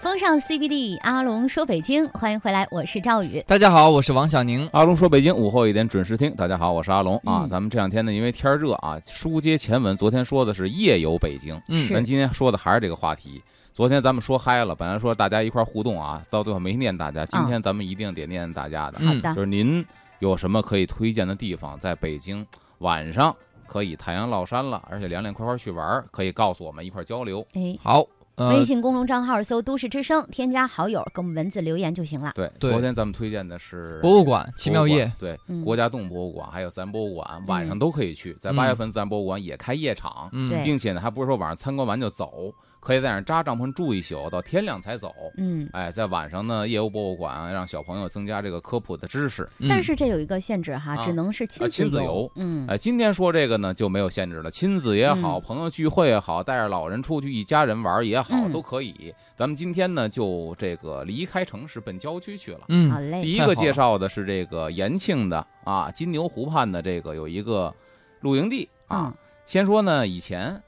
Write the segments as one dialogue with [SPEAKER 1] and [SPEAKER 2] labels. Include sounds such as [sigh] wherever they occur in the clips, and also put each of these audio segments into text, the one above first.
[SPEAKER 1] 风尚 CBD，阿龙说北京，欢迎回来，我是赵宇。
[SPEAKER 2] 大家好，我是王小宁。
[SPEAKER 3] 阿龙说：“北京午后一点准时听。”大家好，我是阿龙啊
[SPEAKER 1] 嗯。
[SPEAKER 3] 咱们这两天呢，因为天儿热啊，书接前文，昨天说的是夜游北京，
[SPEAKER 2] 嗯
[SPEAKER 1] 是
[SPEAKER 3] 咱今天说的还是这个话题。昨天咱们说嗨了，本来说大家一块儿互动啊，到最后没念大家。今天咱们一定得念大家的，
[SPEAKER 1] 好
[SPEAKER 2] 啊嗯
[SPEAKER 1] 的，
[SPEAKER 3] 就是您有什么可以推荐的地方，在北京晚上可以太阳落山了，而且凉凉快快去玩儿，可以告诉我们一块儿交流。
[SPEAKER 1] 哎，
[SPEAKER 2] 好，呃
[SPEAKER 1] 微，信公众账号搜“都市之声”，添加好友，给我们文字留言就行了。
[SPEAKER 3] 对，
[SPEAKER 2] 对
[SPEAKER 3] 昨天咱们推荐的是
[SPEAKER 2] 博物馆奇妙
[SPEAKER 3] 博
[SPEAKER 2] 夜
[SPEAKER 3] 物馆，对，
[SPEAKER 1] 嗯
[SPEAKER 3] 国家动博物馆还有自然博物馆，晚上
[SPEAKER 1] 嗯
[SPEAKER 3] 都可以去。在八月份，自然博物馆也开夜场，
[SPEAKER 2] 嗯，
[SPEAKER 1] 对
[SPEAKER 3] 并且呢，还不是说晚上参观完就走，可以在那儿扎帐篷住一宿，到天亮才走。
[SPEAKER 1] 嗯，
[SPEAKER 3] 哎，在晚上呢，夜游博物馆让小朋友增加这个科普的知识。
[SPEAKER 2] 嗯
[SPEAKER 1] 但是这有一个限制哈，
[SPEAKER 3] 啊
[SPEAKER 1] 只能是亲
[SPEAKER 3] 啊亲
[SPEAKER 1] 子
[SPEAKER 3] 子
[SPEAKER 1] 游
[SPEAKER 3] 游。
[SPEAKER 1] 嗯，
[SPEAKER 3] 哎，今天说这个呢就没有限制了，亲子也好，
[SPEAKER 1] 嗯
[SPEAKER 3] 朋友聚会也好，带着老人出去一家人玩也好，
[SPEAKER 1] 嗯
[SPEAKER 3] 都可以。咱们今天呢就这个离开城市奔郊区去了。
[SPEAKER 1] 好
[SPEAKER 2] 嗯，
[SPEAKER 1] 嘞，
[SPEAKER 3] 第一
[SPEAKER 2] 太
[SPEAKER 3] 个
[SPEAKER 2] 好
[SPEAKER 3] 介
[SPEAKER 2] 了
[SPEAKER 3] 绍的是这个延庆的啊，金牛湖畔的这个有一个露营地啊。
[SPEAKER 1] 嗯
[SPEAKER 3] 先说呢，以前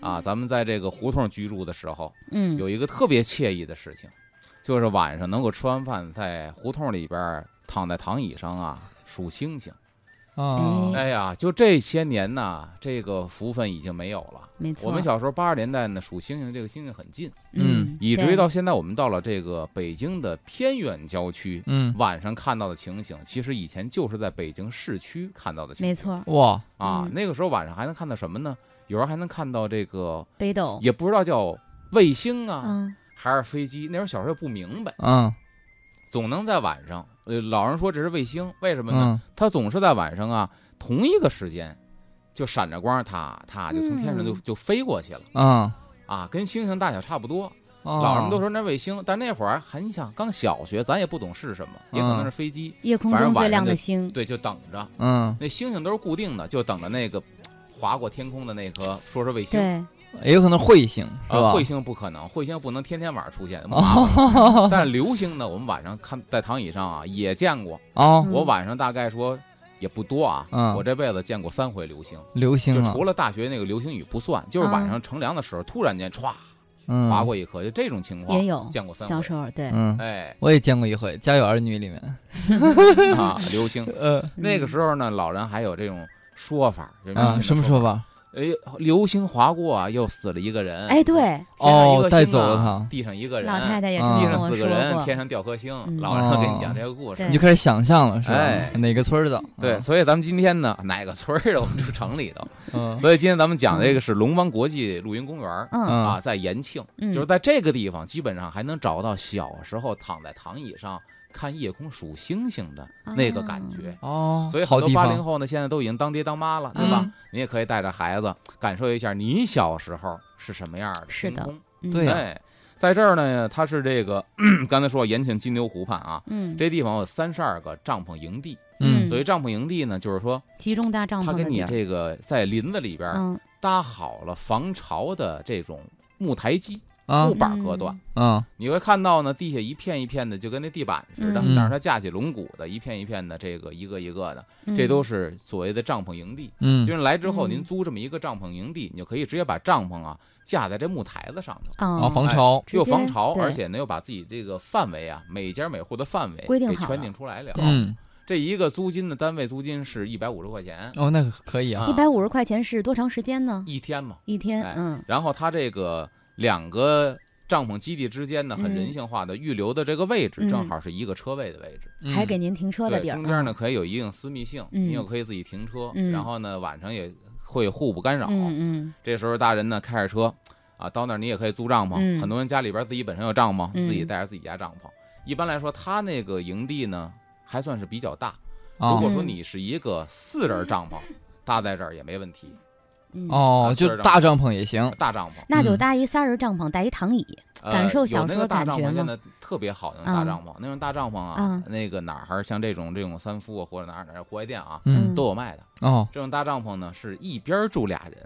[SPEAKER 3] 啊，咱们在这个胡同居住的时候，
[SPEAKER 1] 嗯，
[SPEAKER 3] 有一个特别惬意的事情，就是晚上能够吃完饭在胡同里边儿躺在躺椅上啊数星星。
[SPEAKER 2] 啊，
[SPEAKER 1] 嗯
[SPEAKER 3] 哎呀，就这些年呐，这个福分已经没有了。
[SPEAKER 1] 没错。
[SPEAKER 3] 我们小时候八十年代呢，数星星这个星星很近，
[SPEAKER 1] 嗯，
[SPEAKER 3] 以至
[SPEAKER 1] 对
[SPEAKER 3] 于到现在我们到了这个北京的偏远郊区，
[SPEAKER 2] 嗯，
[SPEAKER 3] 晚上看到的情形，其实以前就是在北京市区看到的情形。
[SPEAKER 1] 没错，
[SPEAKER 2] 哇，
[SPEAKER 3] 啊
[SPEAKER 1] 嗯，
[SPEAKER 3] 那个时候晚上还能看到什么呢？有时候还能看到这个，
[SPEAKER 1] 北斗。
[SPEAKER 3] 也不知道叫卫星啊，
[SPEAKER 1] 哦嗯，
[SPEAKER 3] 还是飞机。那时候小时候也不明白，
[SPEAKER 2] 嗯
[SPEAKER 3] 总能在晚上。呃，老人说这是卫星，为什么呢？
[SPEAKER 2] 嗯，
[SPEAKER 3] 它总是在晚上啊，同一个时间就闪着光，它它就从天上就、
[SPEAKER 1] 嗯
[SPEAKER 3] 就飞过去了
[SPEAKER 2] 嗯，哦
[SPEAKER 3] 啊，跟星星大小差不多。
[SPEAKER 1] 哦
[SPEAKER 2] 老
[SPEAKER 3] 老人都说那卫星，但那会儿还你想刚小学，咱也不懂是什么，也可
[SPEAKER 1] 嗯
[SPEAKER 3] 能是飞机。
[SPEAKER 1] 夜空
[SPEAKER 3] 反正
[SPEAKER 1] 中最
[SPEAKER 3] 晚上
[SPEAKER 1] 亮的
[SPEAKER 3] 就
[SPEAKER 1] 星。
[SPEAKER 3] 对，就等着。
[SPEAKER 2] 嗯，
[SPEAKER 3] 那星星都是固定的，就等着那个划过天空的那颗，说是卫星。
[SPEAKER 1] 对，
[SPEAKER 2] 也有可能彗星是
[SPEAKER 3] 呃，
[SPEAKER 2] 吧？
[SPEAKER 3] 彗星不可能，彗星不能天天晚上出现。
[SPEAKER 2] [laughs] 哦 [laughs]
[SPEAKER 3] 但是流星呢，我们晚上看在躺椅上啊也见过。
[SPEAKER 1] 嗯
[SPEAKER 2] 哦，
[SPEAKER 3] 我晚上大概说也不多啊，
[SPEAKER 2] 嗯
[SPEAKER 3] 我这辈子见过三回流星，
[SPEAKER 2] 流
[SPEAKER 3] 就
[SPEAKER 2] 星啊，
[SPEAKER 3] 除了大学那个流星雨不算，就是
[SPEAKER 1] 嗯
[SPEAKER 3] 晚上乘凉的时候突然间歘
[SPEAKER 2] 嗯，
[SPEAKER 3] 划过一颗，就这种情况
[SPEAKER 1] 也有
[SPEAKER 3] 见过三
[SPEAKER 1] 小
[SPEAKER 3] 回。
[SPEAKER 1] 时候对。[laughs]
[SPEAKER 2] 嗯，
[SPEAKER 3] 哎
[SPEAKER 2] 我也见过一回《家有儿女》里面，
[SPEAKER 3] 啊，流
[SPEAKER 1] 嗯
[SPEAKER 3] 星
[SPEAKER 2] 呃，
[SPEAKER 3] 那个时候呢，老人还有这种说法，就是迷信
[SPEAKER 2] 啊，
[SPEAKER 3] 的
[SPEAKER 2] 什么说？法？
[SPEAKER 3] 哎，流星划过啊，又死了一个人。
[SPEAKER 1] 哎，对，
[SPEAKER 3] 天上一
[SPEAKER 2] 哦
[SPEAKER 3] 个
[SPEAKER 2] 带
[SPEAKER 3] 星
[SPEAKER 2] 走了
[SPEAKER 3] 啊
[SPEAKER 2] 他
[SPEAKER 3] 地上一个人，
[SPEAKER 1] 老太太也这
[SPEAKER 2] 啊
[SPEAKER 1] 么
[SPEAKER 3] 嗯地
[SPEAKER 1] 跟
[SPEAKER 3] 上
[SPEAKER 1] 我
[SPEAKER 3] 四
[SPEAKER 1] 说
[SPEAKER 3] 个人，天
[SPEAKER 1] 过。
[SPEAKER 3] 上掉颗星，
[SPEAKER 1] 嗯
[SPEAKER 3] 老人给你
[SPEAKER 2] 哦
[SPEAKER 3] 讲这个故事
[SPEAKER 1] 对。
[SPEAKER 2] 你就开始想象了是吧？
[SPEAKER 3] 哎
[SPEAKER 2] 哪个村儿的？
[SPEAKER 3] 对，所以咱们今天呢，哪个村儿的啊我们住城里
[SPEAKER 2] [laughs]
[SPEAKER 3] 头，
[SPEAKER 2] 嗯，
[SPEAKER 3] 所以今天咱们讲这个是龙湾国际露营公园儿
[SPEAKER 1] 嗯
[SPEAKER 2] 嗯
[SPEAKER 3] 啊，在延庆，
[SPEAKER 1] 嗯，
[SPEAKER 3] 就是在这个地方，基本上还能找到小时候躺在躺椅上看夜空数星星的那个感觉。
[SPEAKER 2] 哦，
[SPEAKER 3] 所以
[SPEAKER 2] 好
[SPEAKER 3] 很多
[SPEAKER 2] 地
[SPEAKER 3] 八
[SPEAKER 2] 方，
[SPEAKER 3] 零后呢，现在都已经当爹当妈了，对
[SPEAKER 1] 嗯
[SPEAKER 3] 吧？你也可以带着孩子感受一下你小时候是什么样的
[SPEAKER 1] 是
[SPEAKER 3] 天
[SPEAKER 1] 的
[SPEAKER 3] 空。
[SPEAKER 1] 嗯
[SPEAKER 2] 对呀
[SPEAKER 3] 哎，在这儿呢，它是这个 [clears throat] 刚才说延庆金牛湖畔啊，
[SPEAKER 1] 嗯，
[SPEAKER 3] 这地方有三十二个帐篷营地，
[SPEAKER 2] 嗯
[SPEAKER 1] 嗯
[SPEAKER 3] 所以帐篷营地呢，就是说
[SPEAKER 1] 集中搭帐
[SPEAKER 3] 它
[SPEAKER 1] 篷
[SPEAKER 3] 给
[SPEAKER 1] 的地
[SPEAKER 3] 你啊
[SPEAKER 1] 儿。
[SPEAKER 3] 这个在林子里边儿
[SPEAKER 1] 嗯，
[SPEAKER 3] 搭好了防潮的这种木台基、
[SPEAKER 2] 啊
[SPEAKER 3] 木，板儿隔断。
[SPEAKER 2] 嗯
[SPEAKER 3] 你会看到呢，地下一片一片的，就跟那地板似的，
[SPEAKER 1] 嗯
[SPEAKER 3] 但是它架起龙骨的，一片一片的，这个一个一个的，
[SPEAKER 1] 嗯，
[SPEAKER 3] 这都是所谓的帐篷营地。
[SPEAKER 2] 嗯，
[SPEAKER 3] 就是来之后，
[SPEAKER 1] 嗯
[SPEAKER 3] 您租这么一个帐篷营地，你就可以直接把帐篷啊架在这木台子上头，
[SPEAKER 1] 啊
[SPEAKER 2] 啊，
[SPEAKER 3] 哎
[SPEAKER 2] 防潮，
[SPEAKER 1] 直接
[SPEAKER 3] 又防潮，
[SPEAKER 1] 对
[SPEAKER 3] 而且呢又把自己这个范围啊，每家每户的范围
[SPEAKER 1] 规定
[SPEAKER 3] 给
[SPEAKER 1] 好
[SPEAKER 3] 圈
[SPEAKER 1] 了
[SPEAKER 3] 定出来了。
[SPEAKER 2] 嗯，
[SPEAKER 3] 这一个租金的单位租金是一百五十块钱
[SPEAKER 2] 哦，那个可以啊，
[SPEAKER 1] 一百五十块钱是多长时间呢？
[SPEAKER 3] 一天嘛。
[SPEAKER 1] 一天，
[SPEAKER 3] 哎
[SPEAKER 1] 嗯
[SPEAKER 3] 然后它这个两个帐篷基地之间呢，很
[SPEAKER 1] 嗯
[SPEAKER 3] 人性化的预留的这个位置，
[SPEAKER 1] 嗯
[SPEAKER 3] 正好是一个车位的位置，
[SPEAKER 2] 嗯
[SPEAKER 1] 还给您停车的
[SPEAKER 3] 对，
[SPEAKER 1] 地儿。
[SPEAKER 3] 中间
[SPEAKER 1] 啊，
[SPEAKER 3] 呢可以有一定私密性，
[SPEAKER 1] 嗯
[SPEAKER 3] 你又可以自己停车，
[SPEAKER 1] 嗯
[SPEAKER 3] 然后呢晚上也会互不干扰。
[SPEAKER 1] 嗯嗯，
[SPEAKER 3] 这时候大人呢开着车啊，到那儿你也可以租帐篷，
[SPEAKER 1] 嗯
[SPEAKER 3] 很多人家里边自己本身有帐篷，
[SPEAKER 1] 嗯
[SPEAKER 3] 自己带着自己家帐篷。一般来说，他那个营地呢还算是比较大。
[SPEAKER 2] 啊
[SPEAKER 3] 如果说
[SPEAKER 1] 嗯
[SPEAKER 3] 你是一个四人帐
[SPEAKER 1] [laughs]
[SPEAKER 3] 篷，搭在这儿也没问题，
[SPEAKER 1] 嗯，
[SPEAKER 2] 哦，
[SPEAKER 3] 啊
[SPEAKER 2] 就
[SPEAKER 3] 四人
[SPEAKER 2] 大帐篷也行，
[SPEAKER 3] 大帐篷。
[SPEAKER 1] 那就
[SPEAKER 2] 嗯
[SPEAKER 1] 搭一三人帐篷，带一躺椅。 [laughs]
[SPEAKER 3] 呃
[SPEAKER 1] 感受小
[SPEAKER 3] 有那
[SPEAKER 1] 时候
[SPEAKER 3] 个大
[SPEAKER 1] 感
[SPEAKER 3] 帐
[SPEAKER 1] 觉
[SPEAKER 3] 篷现
[SPEAKER 1] 吗
[SPEAKER 3] 在特别好，那种大
[SPEAKER 1] 嗯
[SPEAKER 3] 帐篷，那种大帐篷啊
[SPEAKER 1] 嗯，
[SPEAKER 3] 那个哪儿还是像这种这种三夫啊，或者哪儿哪儿户外店啊，
[SPEAKER 2] 嗯，
[SPEAKER 1] 嗯
[SPEAKER 3] 都有卖的。
[SPEAKER 2] 哦，
[SPEAKER 3] 这种大帐篷呢，是一边儿住俩人。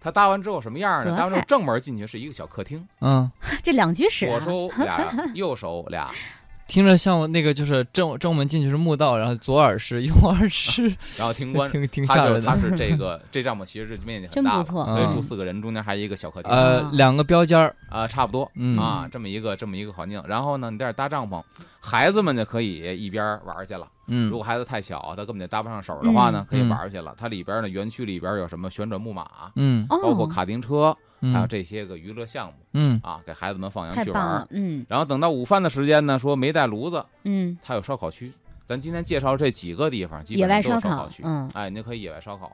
[SPEAKER 3] 他搭完之后什么样呢？
[SPEAKER 1] 隔
[SPEAKER 3] 搭完之后
[SPEAKER 1] 开
[SPEAKER 3] 正门进去是一个小客厅，
[SPEAKER 2] 嗯，
[SPEAKER 1] 这两居室啊 [laughs]
[SPEAKER 3] 左手俩，右手俩，
[SPEAKER 2] 听着像那个就是正正门进去是墓道，然后左耳是右耳是，。
[SPEAKER 3] 然后听官
[SPEAKER 2] 挺 [laughs] 挺
[SPEAKER 3] 嗯他
[SPEAKER 2] 吓
[SPEAKER 3] 就
[SPEAKER 2] 人
[SPEAKER 3] 他
[SPEAKER 2] 的。
[SPEAKER 3] 是这个这帐篷其实是面积很
[SPEAKER 1] 真不
[SPEAKER 3] 大的，
[SPEAKER 1] 错
[SPEAKER 3] 所以
[SPEAKER 2] 嗯
[SPEAKER 3] 住四个人，中间还有一个小客厅，
[SPEAKER 2] 呃
[SPEAKER 1] 啊，
[SPEAKER 2] 两个标间儿，
[SPEAKER 3] 啊，差不多
[SPEAKER 2] 嗯
[SPEAKER 3] 啊，这么一个这么一个环境。然后呢，你在这儿搭帐篷，孩子们就可以一边儿玩儿去了。
[SPEAKER 2] 嗯
[SPEAKER 3] 如果孩子太小，他根本就搭不上手的话
[SPEAKER 1] 嗯，
[SPEAKER 3] 呢可以玩儿去了。它里边儿呢，园区里边儿有什么旋转木马，
[SPEAKER 2] 嗯
[SPEAKER 1] 哦，
[SPEAKER 3] 包括卡丁车，
[SPEAKER 2] 嗯，
[SPEAKER 3] 还有这些个娱乐项目
[SPEAKER 2] 嗯
[SPEAKER 3] 啊，给孩子们放羊
[SPEAKER 1] 太
[SPEAKER 3] 去玩
[SPEAKER 1] 棒
[SPEAKER 3] 儿
[SPEAKER 1] 了。，嗯
[SPEAKER 3] 然后等到午饭的时间呢，说没带炉子，
[SPEAKER 1] 嗯，
[SPEAKER 3] 它有烧烤区。咱今天介绍这几个地方，基
[SPEAKER 1] 野
[SPEAKER 3] 本
[SPEAKER 1] 外
[SPEAKER 3] 上
[SPEAKER 1] 烧
[SPEAKER 3] 都是烧
[SPEAKER 1] 烤
[SPEAKER 3] 烤，区。
[SPEAKER 1] 嗯，
[SPEAKER 3] 哎，您可以野外烧烤。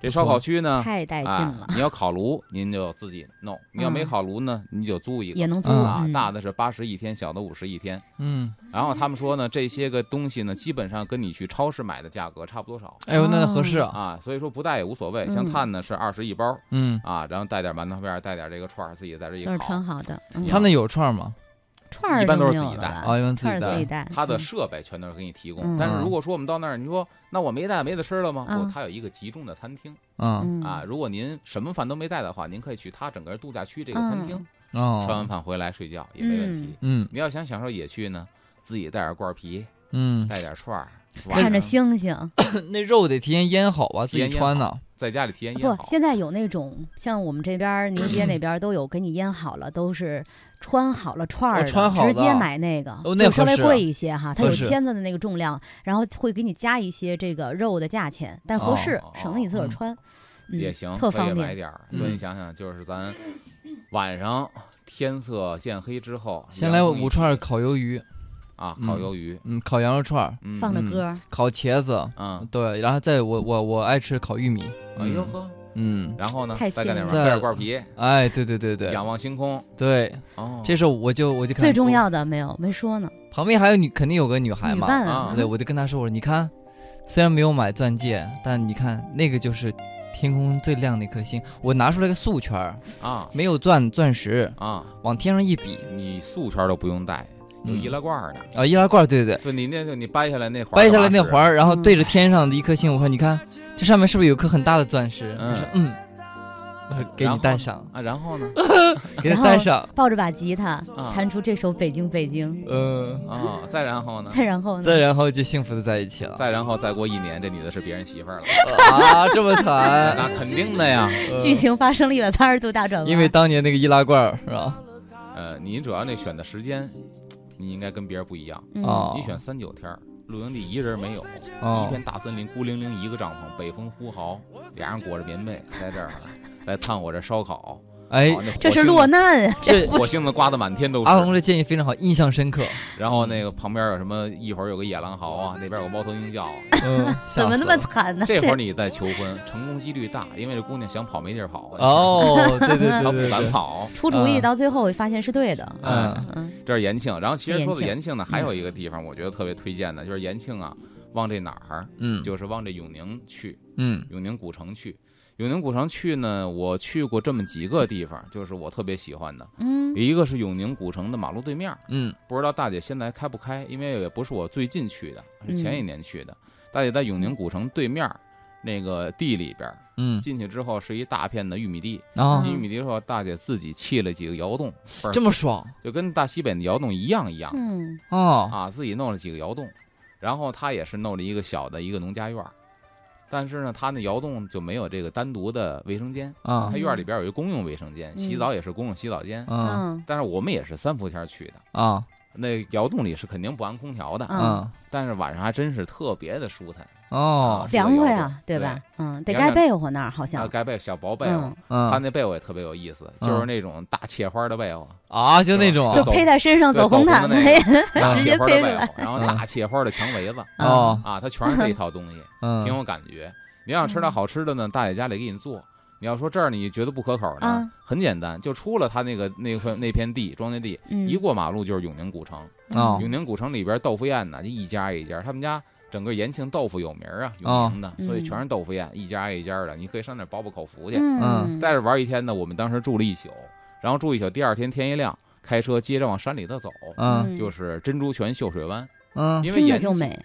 [SPEAKER 3] 这
[SPEAKER 2] 不
[SPEAKER 3] 烧烤
[SPEAKER 2] 错
[SPEAKER 3] 区呢，
[SPEAKER 1] 太带劲
[SPEAKER 3] 哎
[SPEAKER 1] 了，，
[SPEAKER 3] 你要烤炉，您就自己弄；你要没
[SPEAKER 1] 嗯
[SPEAKER 3] 烤炉呢，你就租一个
[SPEAKER 1] 也能租
[SPEAKER 3] 啊
[SPEAKER 1] 嗯，
[SPEAKER 3] 大的是八十一天，小的五十一天。
[SPEAKER 2] 嗯，
[SPEAKER 3] 然后他们说呢，这些个东西呢，基本上跟你去超市买的价格差不多少
[SPEAKER 2] 哎呦，那
[SPEAKER 1] 哦
[SPEAKER 2] 合适啊，
[SPEAKER 3] 啊，所以说不带也无所谓。像
[SPEAKER 1] 嗯
[SPEAKER 3] 碳呢是二十一包
[SPEAKER 2] 嗯，
[SPEAKER 3] 啊，然后带点馒头片儿，带点这个串儿，自己在这一
[SPEAKER 1] 就是
[SPEAKER 3] 烤
[SPEAKER 1] 穿。好的，嗯
[SPEAKER 2] 他那有串儿吗？
[SPEAKER 1] 串儿
[SPEAKER 3] 一般都是
[SPEAKER 1] 没有
[SPEAKER 3] 自己
[SPEAKER 1] 了
[SPEAKER 3] 带
[SPEAKER 1] 吧
[SPEAKER 2] 啊，一般自
[SPEAKER 1] 串
[SPEAKER 2] 己
[SPEAKER 1] 儿自己
[SPEAKER 2] 带，
[SPEAKER 1] 带，
[SPEAKER 3] 它的
[SPEAKER 1] 嗯
[SPEAKER 3] 设备全都是给你提供，
[SPEAKER 1] 嗯
[SPEAKER 3] 但是
[SPEAKER 2] 嗯
[SPEAKER 3] 如果说我们到那儿，你说那我没带没得吃了吗？不，
[SPEAKER 1] 嗯
[SPEAKER 3] 它有一个集中的餐厅
[SPEAKER 2] 嗯
[SPEAKER 1] 嗯
[SPEAKER 3] 啊。如果您什么饭都没带的话，您可以去它整个度假区这个餐厅，
[SPEAKER 1] 嗯
[SPEAKER 2] 哦，
[SPEAKER 3] 吃完饭回来睡觉也没问题。
[SPEAKER 2] 嗯
[SPEAKER 3] 你要想享受野趣呢，自己带点罐皮，
[SPEAKER 2] 嗯，
[SPEAKER 3] 带点串儿，晚
[SPEAKER 1] 看着
[SPEAKER 3] 上
[SPEAKER 1] 星星，
[SPEAKER 2] 那肉得提前腌好啊，自
[SPEAKER 3] 提
[SPEAKER 2] 己
[SPEAKER 3] 前腌
[SPEAKER 2] 穿呢。
[SPEAKER 3] 在家里提前腌
[SPEAKER 1] 不，
[SPEAKER 3] 好。
[SPEAKER 1] 现在有那种像我们这边儿牛街那边儿都有给你腌好了，都是穿好了串儿的，
[SPEAKER 2] 哦穿好的
[SPEAKER 1] 直接买那个，
[SPEAKER 2] 哦那
[SPEAKER 1] 就稍微
[SPEAKER 2] 合适啊
[SPEAKER 1] 贵一些哈，它有
[SPEAKER 2] 合适
[SPEAKER 1] 签子的那个重量，然后会给你加一些这个肉的价钱，但合适，
[SPEAKER 3] 哦
[SPEAKER 1] 省得你自个儿穿，嗯，
[SPEAKER 3] 也行，
[SPEAKER 1] 特
[SPEAKER 3] 可以
[SPEAKER 1] 方
[SPEAKER 3] 买
[SPEAKER 1] 便。
[SPEAKER 3] 点儿。所以
[SPEAKER 2] 嗯
[SPEAKER 3] 你想想，就是咱晚上天色渐黑之后，
[SPEAKER 2] 先来
[SPEAKER 3] 凉风一
[SPEAKER 2] 五串儿
[SPEAKER 3] 起
[SPEAKER 2] 烤鱿鱼，
[SPEAKER 3] 啊，烤
[SPEAKER 2] 嗯
[SPEAKER 3] 鱿鱼，
[SPEAKER 2] 嗯，烤羊肉串儿，
[SPEAKER 3] 嗯，
[SPEAKER 1] 放着
[SPEAKER 2] 嗯
[SPEAKER 1] 歌儿，
[SPEAKER 2] 烤茄子，
[SPEAKER 3] 嗯，
[SPEAKER 2] 对，然后再我我我爱吃烤玉米，
[SPEAKER 3] 哎呦呵，
[SPEAKER 2] 嗯，
[SPEAKER 3] 然后呢，
[SPEAKER 1] 太
[SPEAKER 3] 再干点
[SPEAKER 1] 惬
[SPEAKER 2] 意
[SPEAKER 3] 玩意儿，
[SPEAKER 2] 了
[SPEAKER 3] 带点罐皮，
[SPEAKER 2] 哎，对对对对
[SPEAKER 3] 仰望星空。
[SPEAKER 2] 对，
[SPEAKER 3] 哦，
[SPEAKER 2] 这时候我就我就看
[SPEAKER 1] 最重，要的没有没说呢，
[SPEAKER 2] 旁边还有女，肯定有个女孩
[SPEAKER 1] 女
[SPEAKER 2] 嘛，
[SPEAKER 1] 伴
[SPEAKER 3] 啊
[SPEAKER 2] 对，我就跟她说，我说你看，虽然没有买钻戒，但你看那个就是天空最亮的一颗星，我拿出来个素圈
[SPEAKER 1] [laughs]
[SPEAKER 2] 儿，
[SPEAKER 3] 啊
[SPEAKER 2] 没有钻钻石，
[SPEAKER 3] 啊，
[SPEAKER 2] 往天上一比，
[SPEAKER 3] 你素圈都不用带，有
[SPEAKER 2] 嗯
[SPEAKER 3] 易拉罐呢。
[SPEAKER 2] 啊，易拉罐，对对对，
[SPEAKER 3] 就你那，你掰下来那环儿
[SPEAKER 2] 掰
[SPEAKER 3] 是八十，
[SPEAKER 2] 下来那环儿，然后
[SPEAKER 1] 嗯
[SPEAKER 2] 对着天上的一颗星，我说你看这上面是不是有颗很大的钻石？
[SPEAKER 3] 嗯
[SPEAKER 2] 她说嗯，我说给
[SPEAKER 3] 然
[SPEAKER 2] 你
[SPEAKER 3] 后
[SPEAKER 2] 戴
[SPEAKER 3] 呢
[SPEAKER 2] 上，
[SPEAKER 3] 啊，
[SPEAKER 2] [laughs]
[SPEAKER 3] 然后呢？
[SPEAKER 2] 给
[SPEAKER 1] 然
[SPEAKER 2] 她
[SPEAKER 1] 后
[SPEAKER 2] 戴上，
[SPEAKER 1] 抱着把吉他
[SPEAKER 3] 啊
[SPEAKER 1] 弹出这首《北京北京》，
[SPEAKER 2] 嗯。
[SPEAKER 3] 啊，再然后
[SPEAKER 2] [laughs]
[SPEAKER 3] 呢？
[SPEAKER 1] 再然后呢
[SPEAKER 2] 再，然后就幸福的在一起
[SPEAKER 3] [laughs]
[SPEAKER 2] 了。
[SPEAKER 3] 再然后，再过一年，这女的是别人媳
[SPEAKER 2] [laughs]
[SPEAKER 3] 妇儿了，
[SPEAKER 2] 啊，这么 [laughs] 惨！
[SPEAKER 3] 那肯定的呀。
[SPEAKER 1] [laughs] 剧情发生了一百八十度大转
[SPEAKER 2] 呃
[SPEAKER 1] 弯，
[SPEAKER 2] 因为当年那个易拉罐儿是吧？
[SPEAKER 3] 呃，你主要那选的时间，你应该跟别人不一样。
[SPEAKER 1] 嗯
[SPEAKER 2] 哦，
[SPEAKER 3] 你选三九天儿，露营地一人没有，一
[SPEAKER 2] 哦
[SPEAKER 3] 片大森林，孤零零一个帐篷，北风呼号，俩人裹着棉被在这儿，
[SPEAKER 2] [laughs]
[SPEAKER 3] 在炭火这烧烤。啊
[SPEAKER 2] 哎，
[SPEAKER 3] 好那
[SPEAKER 1] 这
[SPEAKER 3] 火
[SPEAKER 1] 是
[SPEAKER 3] 星
[SPEAKER 1] 落难啊， [laughs]
[SPEAKER 2] 这
[SPEAKER 3] 火星子刮得满天都
[SPEAKER 2] 阿啊红
[SPEAKER 3] 是。
[SPEAKER 2] 这建议非常好，印象深刻。
[SPEAKER 3] 然后那个旁边有什么？一会儿有个野狼嚎啊，那边有个猫头鹰叫啊。
[SPEAKER 2] 嗯，
[SPEAKER 1] 怎么那么
[SPEAKER 2] 吓死了
[SPEAKER 1] 惨呢？
[SPEAKER 3] 这会儿你再求婚，成功几率大，因为这姑娘想跑没地儿跑啊。
[SPEAKER 2] 哦，对对对
[SPEAKER 3] 她
[SPEAKER 2] 对
[SPEAKER 3] 不
[SPEAKER 2] 对
[SPEAKER 3] 敢
[SPEAKER 2] 对，
[SPEAKER 3] 跑。
[SPEAKER 1] 出主意
[SPEAKER 2] 嗯
[SPEAKER 1] 到最后发现是对的，
[SPEAKER 2] 嗯
[SPEAKER 1] 嗯，
[SPEAKER 3] 这是延庆，然后其实说
[SPEAKER 1] 延
[SPEAKER 3] 到
[SPEAKER 1] 庆嗯
[SPEAKER 3] 延庆呢，还有一个地方我觉得特别推荐的，就是延庆啊，往这哪儿，
[SPEAKER 2] 嗯，
[SPEAKER 3] 就是往这永宁去。
[SPEAKER 2] 嗯
[SPEAKER 3] 永宁古城去。永宁古城去呢，我去过这么几个地方，就是我特别喜欢的。
[SPEAKER 1] 嗯，
[SPEAKER 3] 一个是永宁古城的马路对面儿，
[SPEAKER 2] 嗯
[SPEAKER 3] 不知道大姐现在开不开，因为也不是我最近去的，是
[SPEAKER 1] 嗯
[SPEAKER 3] 前几年去的。大姐在永宁古城对面儿那个地里边儿
[SPEAKER 2] 嗯，
[SPEAKER 3] 进去之后是一大片的玉米地，
[SPEAKER 2] 然后
[SPEAKER 3] 进玉
[SPEAKER 1] 嗯
[SPEAKER 3] 米地之后，大姐自己砌了几个窑洞，不
[SPEAKER 2] 这
[SPEAKER 3] 是
[SPEAKER 2] 么爽
[SPEAKER 3] 就跟大西北的窑洞一样一样
[SPEAKER 1] 嗯，
[SPEAKER 2] 哦，
[SPEAKER 3] 啊，自己弄了几个窑洞，然后她也是弄了一个小的一个农家院儿，但是呢，她那窑洞就没有这个单独的卫生间。
[SPEAKER 2] 啊
[SPEAKER 3] 他院儿里边儿有一公用卫生间，洗
[SPEAKER 1] 嗯
[SPEAKER 3] 澡也是公用洗澡间。
[SPEAKER 2] 啊
[SPEAKER 1] 嗯，
[SPEAKER 3] 但是我们也是三伏天儿去的，
[SPEAKER 2] 啊
[SPEAKER 3] 那窑洞里是肯定不安空调的，
[SPEAKER 1] 嗯
[SPEAKER 2] 啊
[SPEAKER 3] 但是晚上还真是特别的舒坦。
[SPEAKER 2] 哦
[SPEAKER 3] 啊
[SPEAKER 1] 凉快啊，
[SPEAKER 3] 对
[SPEAKER 1] 对吧？嗯，得
[SPEAKER 3] 你要
[SPEAKER 1] 盖
[SPEAKER 3] 想
[SPEAKER 1] 被窝那儿好
[SPEAKER 3] 那
[SPEAKER 1] 像，
[SPEAKER 3] 啊盖被小薄被窝
[SPEAKER 1] 嗯，，啊
[SPEAKER 3] 他
[SPEAKER 2] 嗯
[SPEAKER 3] 那被窝也特别有意思，就是那种大切花的被窝，
[SPEAKER 2] 啊，就那种
[SPEAKER 3] 啊
[SPEAKER 1] 就
[SPEAKER 3] 走
[SPEAKER 1] 披在身上
[SPEAKER 3] 对
[SPEAKER 1] 走红毯
[SPEAKER 3] 走红的那 [laughs]
[SPEAKER 1] 呗，
[SPEAKER 3] 大
[SPEAKER 1] 直
[SPEAKER 3] 切
[SPEAKER 1] 接
[SPEAKER 3] 花的
[SPEAKER 1] 飞出
[SPEAKER 3] 被窝
[SPEAKER 1] 来，啊
[SPEAKER 3] 然后
[SPEAKER 2] 嗯
[SPEAKER 3] 大切花的墙围子
[SPEAKER 2] 哦，
[SPEAKER 3] 啊，它全是这一
[SPEAKER 1] [laughs]
[SPEAKER 3] 套东西，挺
[SPEAKER 2] 嗯
[SPEAKER 3] 有感觉。你要想吃到好吃的呢，大姐家里给你做。你要说这儿你觉得不可口呢
[SPEAKER 1] 啊，
[SPEAKER 3] 很简单，就出了他那个那块那片地庄稼地，
[SPEAKER 1] 嗯，
[SPEAKER 3] 一过马路就是永宁古城。
[SPEAKER 2] 哦
[SPEAKER 3] 永宁古城里边豆腐宴呢，就一家一家，他们家整个延庆豆腐有名儿啊，永
[SPEAKER 1] 哦
[SPEAKER 3] 宁的，所以全是豆腐宴，一家一家的，你可以上那儿饱饱口福去。
[SPEAKER 1] 嗯，
[SPEAKER 3] 在这玩一天呢，我们当时住了一宿，然后住一宿，第二天天一亮，开车接着往山里头走，
[SPEAKER 2] 嗯
[SPEAKER 1] 嗯哦
[SPEAKER 3] 就是珍珠泉秀水湾，
[SPEAKER 2] 嗯嗯
[SPEAKER 3] 因为
[SPEAKER 1] 听着
[SPEAKER 3] 延
[SPEAKER 1] 就美，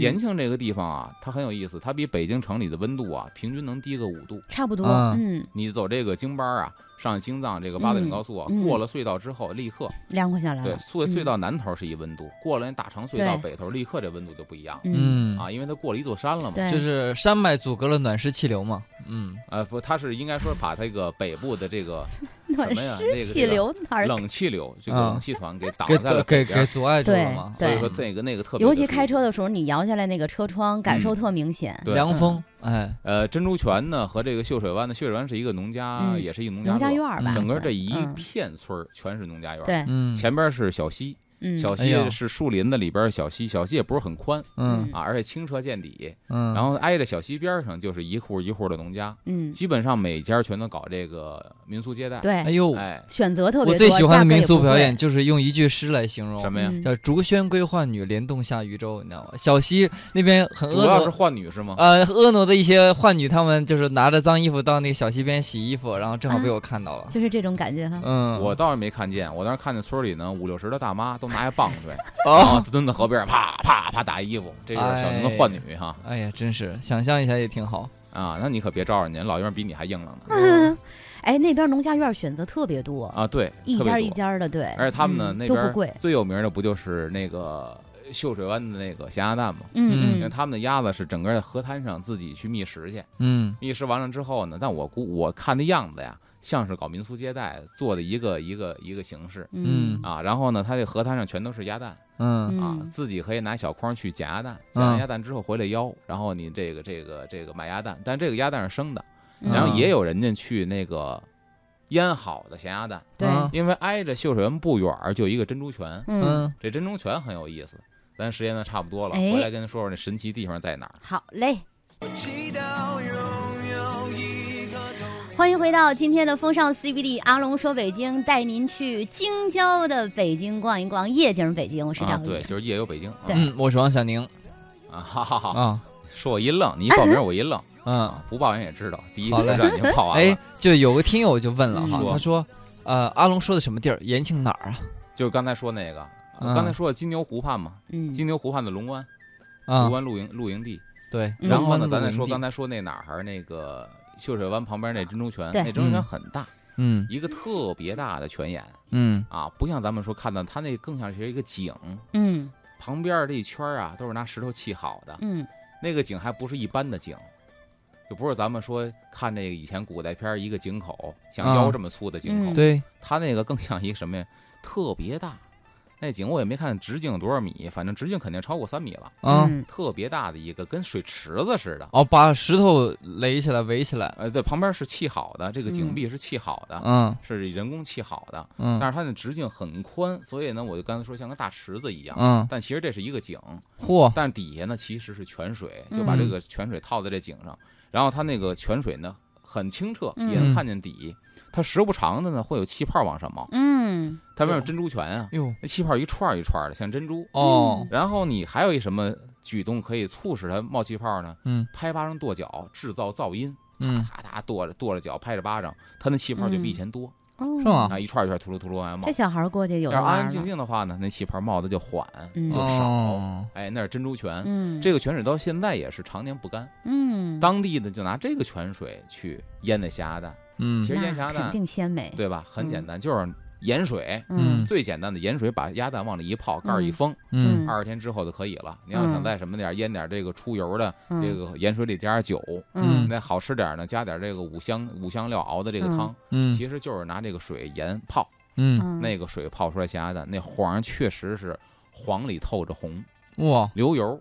[SPEAKER 3] 延庆这个地方啊，它很有意思，它比北京城里的温度啊，平均能低个五度。
[SPEAKER 1] 差不多，
[SPEAKER 2] 啊
[SPEAKER 1] 嗯，
[SPEAKER 3] 你走这个京巴啊，上京藏这个八达岭高速啊，
[SPEAKER 1] 嗯嗯
[SPEAKER 3] 过了隧道之后，立刻
[SPEAKER 1] 凉快下来
[SPEAKER 3] 对
[SPEAKER 1] 了，
[SPEAKER 3] 隧
[SPEAKER 1] 嗯
[SPEAKER 3] 隧道南头是一温度，过了那大长隧道
[SPEAKER 1] 对
[SPEAKER 3] 北头，立刻这温度就不一样
[SPEAKER 1] 嗯，
[SPEAKER 2] 嗯
[SPEAKER 3] 啊，因为它过了一座山了嘛。
[SPEAKER 1] 对，
[SPEAKER 2] 就是山脉阻隔了暖湿气流嘛。嗯，
[SPEAKER 3] 呃，不，它是应该说把这个北部的这个
[SPEAKER 1] 暖
[SPEAKER 3] 什么呀那
[SPEAKER 1] 湿
[SPEAKER 3] 个
[SPEAKER 1] 气
[SPEAKER 3] 这个
[SPEAKER 1] 流哪儿？
[SPEAKER 3] 冷气流，这个
[SPEAKER 2] 啊
[SPEAKER 3] 冷气团给挡
[SPEAKER 2] 给
[SPEAKER 3] 在了
[SPEAKER 2] 给
[SPEAKER 3] 北
[SPEAKER 2] 给
[SPEAKER 3] 边。
[SPEAKER 2] 阻碍住了
[SPEAKER 1] 对
[SPEAKER 2] 嘛。
[SPEAKER 3] 所以
[SPEAKER 1] 对
[SPEAKER 3] 说这个那个特别，
[SPEAKER 1] 尤其开车。的时候，你摇下来那个车窗，感
[SPEAKER 3] 嗯
[SPEAKER 1] 受特明显。
[SPEAKER 3] 对
[SPEAKER 2] 凉风，哎，
[SPEAKER 3] 呃，珍珠泉呢和这个秀水湾呢，秀水湾是一个农家，
[SPEAKER 1] 嗯
[SPEAKER 3] 也是一个农
[SPEAKER 1] 农家
[SPEAKER 3] 乐
[SPEAKER 1] 院儿吧，
[SPEAKER 3] 整个
[SPEAKER 1] 算
[SPEAKER 3] 这一
[SPEAKER 1] 嗯
[SPEAKER 3] 片村儿全是农家院儿。
[SPEAKER 1] 对，
[SPEAKER 2] 嗯，
[SPEAKER 3] 前边是小溪，
[SPEAKER 1] 嗯，
[SPEAKER 3] 小
[SPEAKER 2] 哎呦
[SPEAKER 3] 溪是树林子里边的小溪，小溪也不是很宽
[SPEAKER 2] 嗯
[SPEAKER 3] 啊，而且清澈见底。
[SPEAKER 2] 嗯，
[SPEAKER 3] 然后挨着小溪边上就是一户一户的农家，
[SPEAKER 1] 嗯，
[SPEAKER 3] 基本上每家全都搞这个民俗接待。，
[SPEAKER 2] 哎
[SPEAKER 1] 对，
[SPEAKER 2] 呦，
[SPEAKER 3] 哎，
[SPEAKER 1] 选择特别多。
[SPEAKER 2] 我最喜
[SPEAKER 1] 价
[SPEAKER 2] 欢的
[SPEAKER 1] 格
[SPEAKER 2] 民
[SPEAKER 1] 也
[SPEAKER 2] 俗
[SPEAKER 1] 不
[SPEAKER 2] 表
[SPEAKER 1] 贵
[SPEAKER 2] 演就是用一句诗来形容，
[SPEAKER 3] 什么呀？
[SPEAKER 1] 嗯
[SPEAKER 2] 叫“竹喧归浣女，帘动下渔舟”，你知道吗？小溪那边很
[SPEAKER 3] 主
[SPEAKER 2] 婀
[SPEAKER 3] 要是
[SPEAKER 2] 娜，
[SPEAKER 3] 换女是吗？
[SPEAKER 2] 呃，婀娜的一些浣女，她们就是拿着脏衣服到那个小溪边洗衣服，然后正好被
[SPEAKER 1] 啊
[SPEAKER 2] 我看到了。
[SPEAKER 1] 就是这种感觉哈。
[SPEAKER 2] 嗯，
[SPEAKER 3] 我倒是没看见，我当时看见村里呢五六十的大妈都拿一棒槌，然
[SPEAKER 2] [laughs]
[SPEAKER 3] 后
[SPEAKER 2] 哦，
[SPEAKER 3] 蹲在河边啪啪啪打衣服，这是小宁的换女哈
[SPEAKER 2] 哎呀，真是想象一下也挺好。
[SPEAKER 3] 啊！那你可别招人家，老爷们儿比你还硬朗呢
[SPEAKER 1] [laughs] 哎，那边农家院选择特别多，
[SPEAKER 3] 嗯啊！对，
[SPEAKER 1] 一
[SPEAKER 3] 特别
[SPEAKER 1] 家
[SPEAKER 3] 多
[SPEAKER 1] 一家的，对。
[SPEAKER 3] 而且他们呢，
[SPEAKER 1] 嗯
[SPEAKER 3] 那
[SPEAKER 1] 都
[SPEAKER 3] 边
[SPEAKER 1] 不
[SPEAKER 3] 儿
[SPEAKER 1] 贵。
[SPEAKER 3] 最有名的不就是那个秀水湾的那个咸鸭蛋吗？
[SPEAKER 1] 嗯
[SPEAKER 3] 因为
[SPEAKER 1] 嗯，
[SPEAKER 3] 他们的鸭子是整个在河滩上自己去觅食去，
[SPEAKER 2] 嗯，
[SPEAKER 3] 觅食完了之后呢，但我估我看那样子呀，像是搞民俗接待做的一个一个一个形式
[SPEAKER 2] 嗯
[SPEAKER 3] 啊。然后呢，它这河滩上全都是鸭蛋
[SPEAKER 2] 嗯
[SPEAKER 3] 啊，
[SPEAKER 1] 嗯
[SPEAKER 3] 自己可以拿小筐去捡鸭蛋，捡完
[SPEAKER 2] 嗯
[SPEAKER 3] 鸭蛋之后回来腰，然后你这个这个这个买鸭蛋，但这个鸭蛋是生的，
[SPEAKER 1] 嗯
[SPEAKER 3] 然后
[SPEAKER 2] 嗯
[SPEAKER 3] 也有人家去那个腌好的咸鸭蛋。
[SPEAKER 1] 嗯对，
[SPEAKER 2] 啊
[SPEAKER 3] 因为挨着秀水湾不远儿就有一个珍珠泉，
[SPEAKER 1] 嗯，
[SPEAKER 2] 嗯，
[SPEAKER 3] 这珍珠泉很有意思。咱时间呢差不多了，
[SPEAKER 1] 哎
[SPEAKER 3] 回来跟您说说那神奇地方在哪儿。
[SPEAKER 1] 好嘞。
[SPEAKER 4] 祈祷拥有一个
[SPEAKER 1] 欢迎回到今天的风尚 CBD，阿龙说北京带您去京郊的北京逛一逛，夜景北京，我是
[SPEAKER 3] 啊
[SPEAKER 1] 张，宇。
[SPEAKER 3] 对，就是夜游北京。啊
[SPEAKER 1] 对
[SPEAKER 2] 嗯，我是王小宁
[SPEAKER 3] 啊，哈哈哈！
[SPEAKER 2] 啊，
[SPEAKER 3] 说我一愣，你一报名我一愣，啊
[SPEAKER 2] 嗯，
[SPEAKER 3] 不报人也知道，第一
[SPEAKER 2] 好
[SPEAKER 3] 个
[SPEAKER 2] 嘞
[SPEAKER 3] 车站已经报完
[SPEAKER 2] 哎
[SPEAKER 3] 了。，
[SPEAKER 2] 就有个听友就问了哈
[SPEAKER 1] 嗯，
[SPEAKER 2] 他说，呃，阿龙说的什么地儿？延庆哪儿啊？
[SPEAKER 3] 就是刚才说那个，
[SPEAKER 2] 嗯
[SPEAKER 3] 刚才说的金牛湖畔嘛，
[SPEAKER 1] 嗯，
[SPEAKER 3] 金牛湖畔的龙湾，
[SPEAKER 2] 啊
[SPEAKER 3] 龙，湾露营露营地。
[SPEAKER 2] 对，
[SPEAKER 1] 嗯
[SPEAKER 3] 然后
[SPEAKER 2] 龙
[SPEAKER 3] 呢，
[SPEAKER 2] 湾
[SPEAKER 3] 咱再
[SPEAKER 2] 露营
[SPEAKER 3] 说
[SPEAKER 2] 地
[SPEAKER 3] 刚才说那哪儿，那个秀水湾旁边那珍珠泉，
[SPEAKER 1] 对
[SPEAKER 3] 那珍珠
[SPEAKER 2] 嗯
[SPEAKER 3] 泉很大，
[SPEAKER 2] 嗯
[SPEAKER 3] 一个特别大的泉眼
[SPEAKER 2] 嗯
[SPEAKER 3] 啊，不像咱们说看到它那更像是一个井，
[SPEAKER 1] 嗯
[SPEAKER 3] 旁边儿这一圈儿啊，都是拿石头砌好的。
[SPEAKER 1] 嗯
[SPEAKER 3] 那个井还不是一般的井，就不是咱们说看这个以前古代片儿一个井口，像
[SPEAKER 2] 啊
[SPEAKER 3] 腰这么粗的井口，
[SPEAKER 1] 嗯
[SPEAKER 2] 对，
[SPEAKER 3] 它那个更像一个什么呀？特别大，那井我也没看直径有多少米，反正直径肯定超过三米了，
[SPEAKER 2] 啊，
[SPEAKER 1] 嗯
[SPEAKER 3] 特别大的一个，跟水池子似的。
[SPEAKER 2] 哦，把石头垒起来围起来，
[SPEAKER 3] 呃，对，旁边是砌好的，这个井
[SPEAKER 1] 嗯
[SPEAKER 3] 壁是砌好的，
[SPEAKER 2] 嗯
[SPEAKER 3] 是人工砌好的，
[SPEAKER 2] 嗯
[SPEAKER 3] 但是它的直径很宽，所以呢，我就刚才说像个大池子一样。
[SPEAKER 2] 嗯，
[SPEAKER 3] 但其实这是一个井，
[SPEAKER 2] 嚯，
[SPEAKER 3] 但底下呢其实是泉水，
[SPEAKER 1] 嗯
[SPEAKER 3] 就把这个泉水套在这井上，然后它那个泉水呢很清澈，
[SPEAKER 1] 嗯
[SPEAKER 3] 也能看见底。它时不常的呢会有气泡往上冒，
[SPEAKER 1] 嗯
[SPEAKER 3] 它外面有珍珠泉啊，
[SPEAKER 2] 哟
[SPEAKER 3] 那气泡一串一串的像珍珠。
[SPEAKER 2] 哦，
[SPEAKER 3] 然后你还有一什么举动可以促使它冒气泡呢？
[SPEAKER 2] 嗯，
[SPEAKER 3] 拍巴掌跺脚制造噪音，
[SPEAKER 2] 嗯
[SPEAKER 3] 咔嗒跺着跺着脚拍着巴掌，它那气泡就比以前多
[SPEAKER 1] 哦，
[SPEAKER 2] 是吗？
[SPEAKER 3] 啊，一串一串突噜突噜往外冒
[SPEAKER 1] 这。小孩儿过去有
[SPEAKER 3] 要
[SPEAKER 1] 的
[SPEAKER 3] 是安
[SPEAKER 1] 玩
[SPEAKER 3] 安
[SPEAKER 1] 儿
[SPEAKER 3] 静
[SPEAKER 1] 了，
[SPEAKER 3] 静的话呢，那气泡冒的就缓，
[SPEAKER 1] 嗯
[SPEAKER 3] 就少。
[SPEAKER 2] 哦
[SPEAKER 3] 哎，那是珍珠泉，
[SPEAKER 1] 嗯，
[SPEAKER 3] 这个泉水到现在也是常年不干。
[SPEAKER 1] 嗯，
[SPEAKER 3] 当地的就拿这个泉水去腌那咸鸭蛋，
[SPEAKER 2] 嗯
[SPEAKER 3] 其实
[SPEAKER 1] 那
[SPEAKER 3] 烟霞
[SPEAKER 1] 肯
[SPEAKER 3] 呢
[SPEAKER 1] 定鲜美，
[SPEAKER 3] 对吧？很简单，就是盐水，
[SPEAKER 2] 嗯
[SPEAKER 3] 最简单的盐水把鸭蛋往里一泡，盖儿一封，
[SPEAKER 2] 嗯
[SPEAKER 3] 二十天之后就可以了。你要想
[SPEAKER 1] 嗯
[SPEAKER 3] 再什么点儿腌点儿这个出油的，
[SPEAKER 1] 嗯
[SPEAKER 3] 这个盐水里加点酒，
[SPEAKER 1] 嗯
[SPEAKER 3] 那好吃点儿呢，加点儿这个五香五香料熬的这个汤，
[SPEAKER 2] 嗯
[SPEAKER 3] 其实就是拿这个水盐泡，
[SPEAKER 2] 嗯，
[SPEAKER 1] 嗯
[SPEAKER 3] 那个水泡出来咸鸭蛋，那黄儿确实是黄里透着红，
[SPEAKER 1] 嗯
[SPEAKER 2] 哇，
[SPEAKER 3] 流油。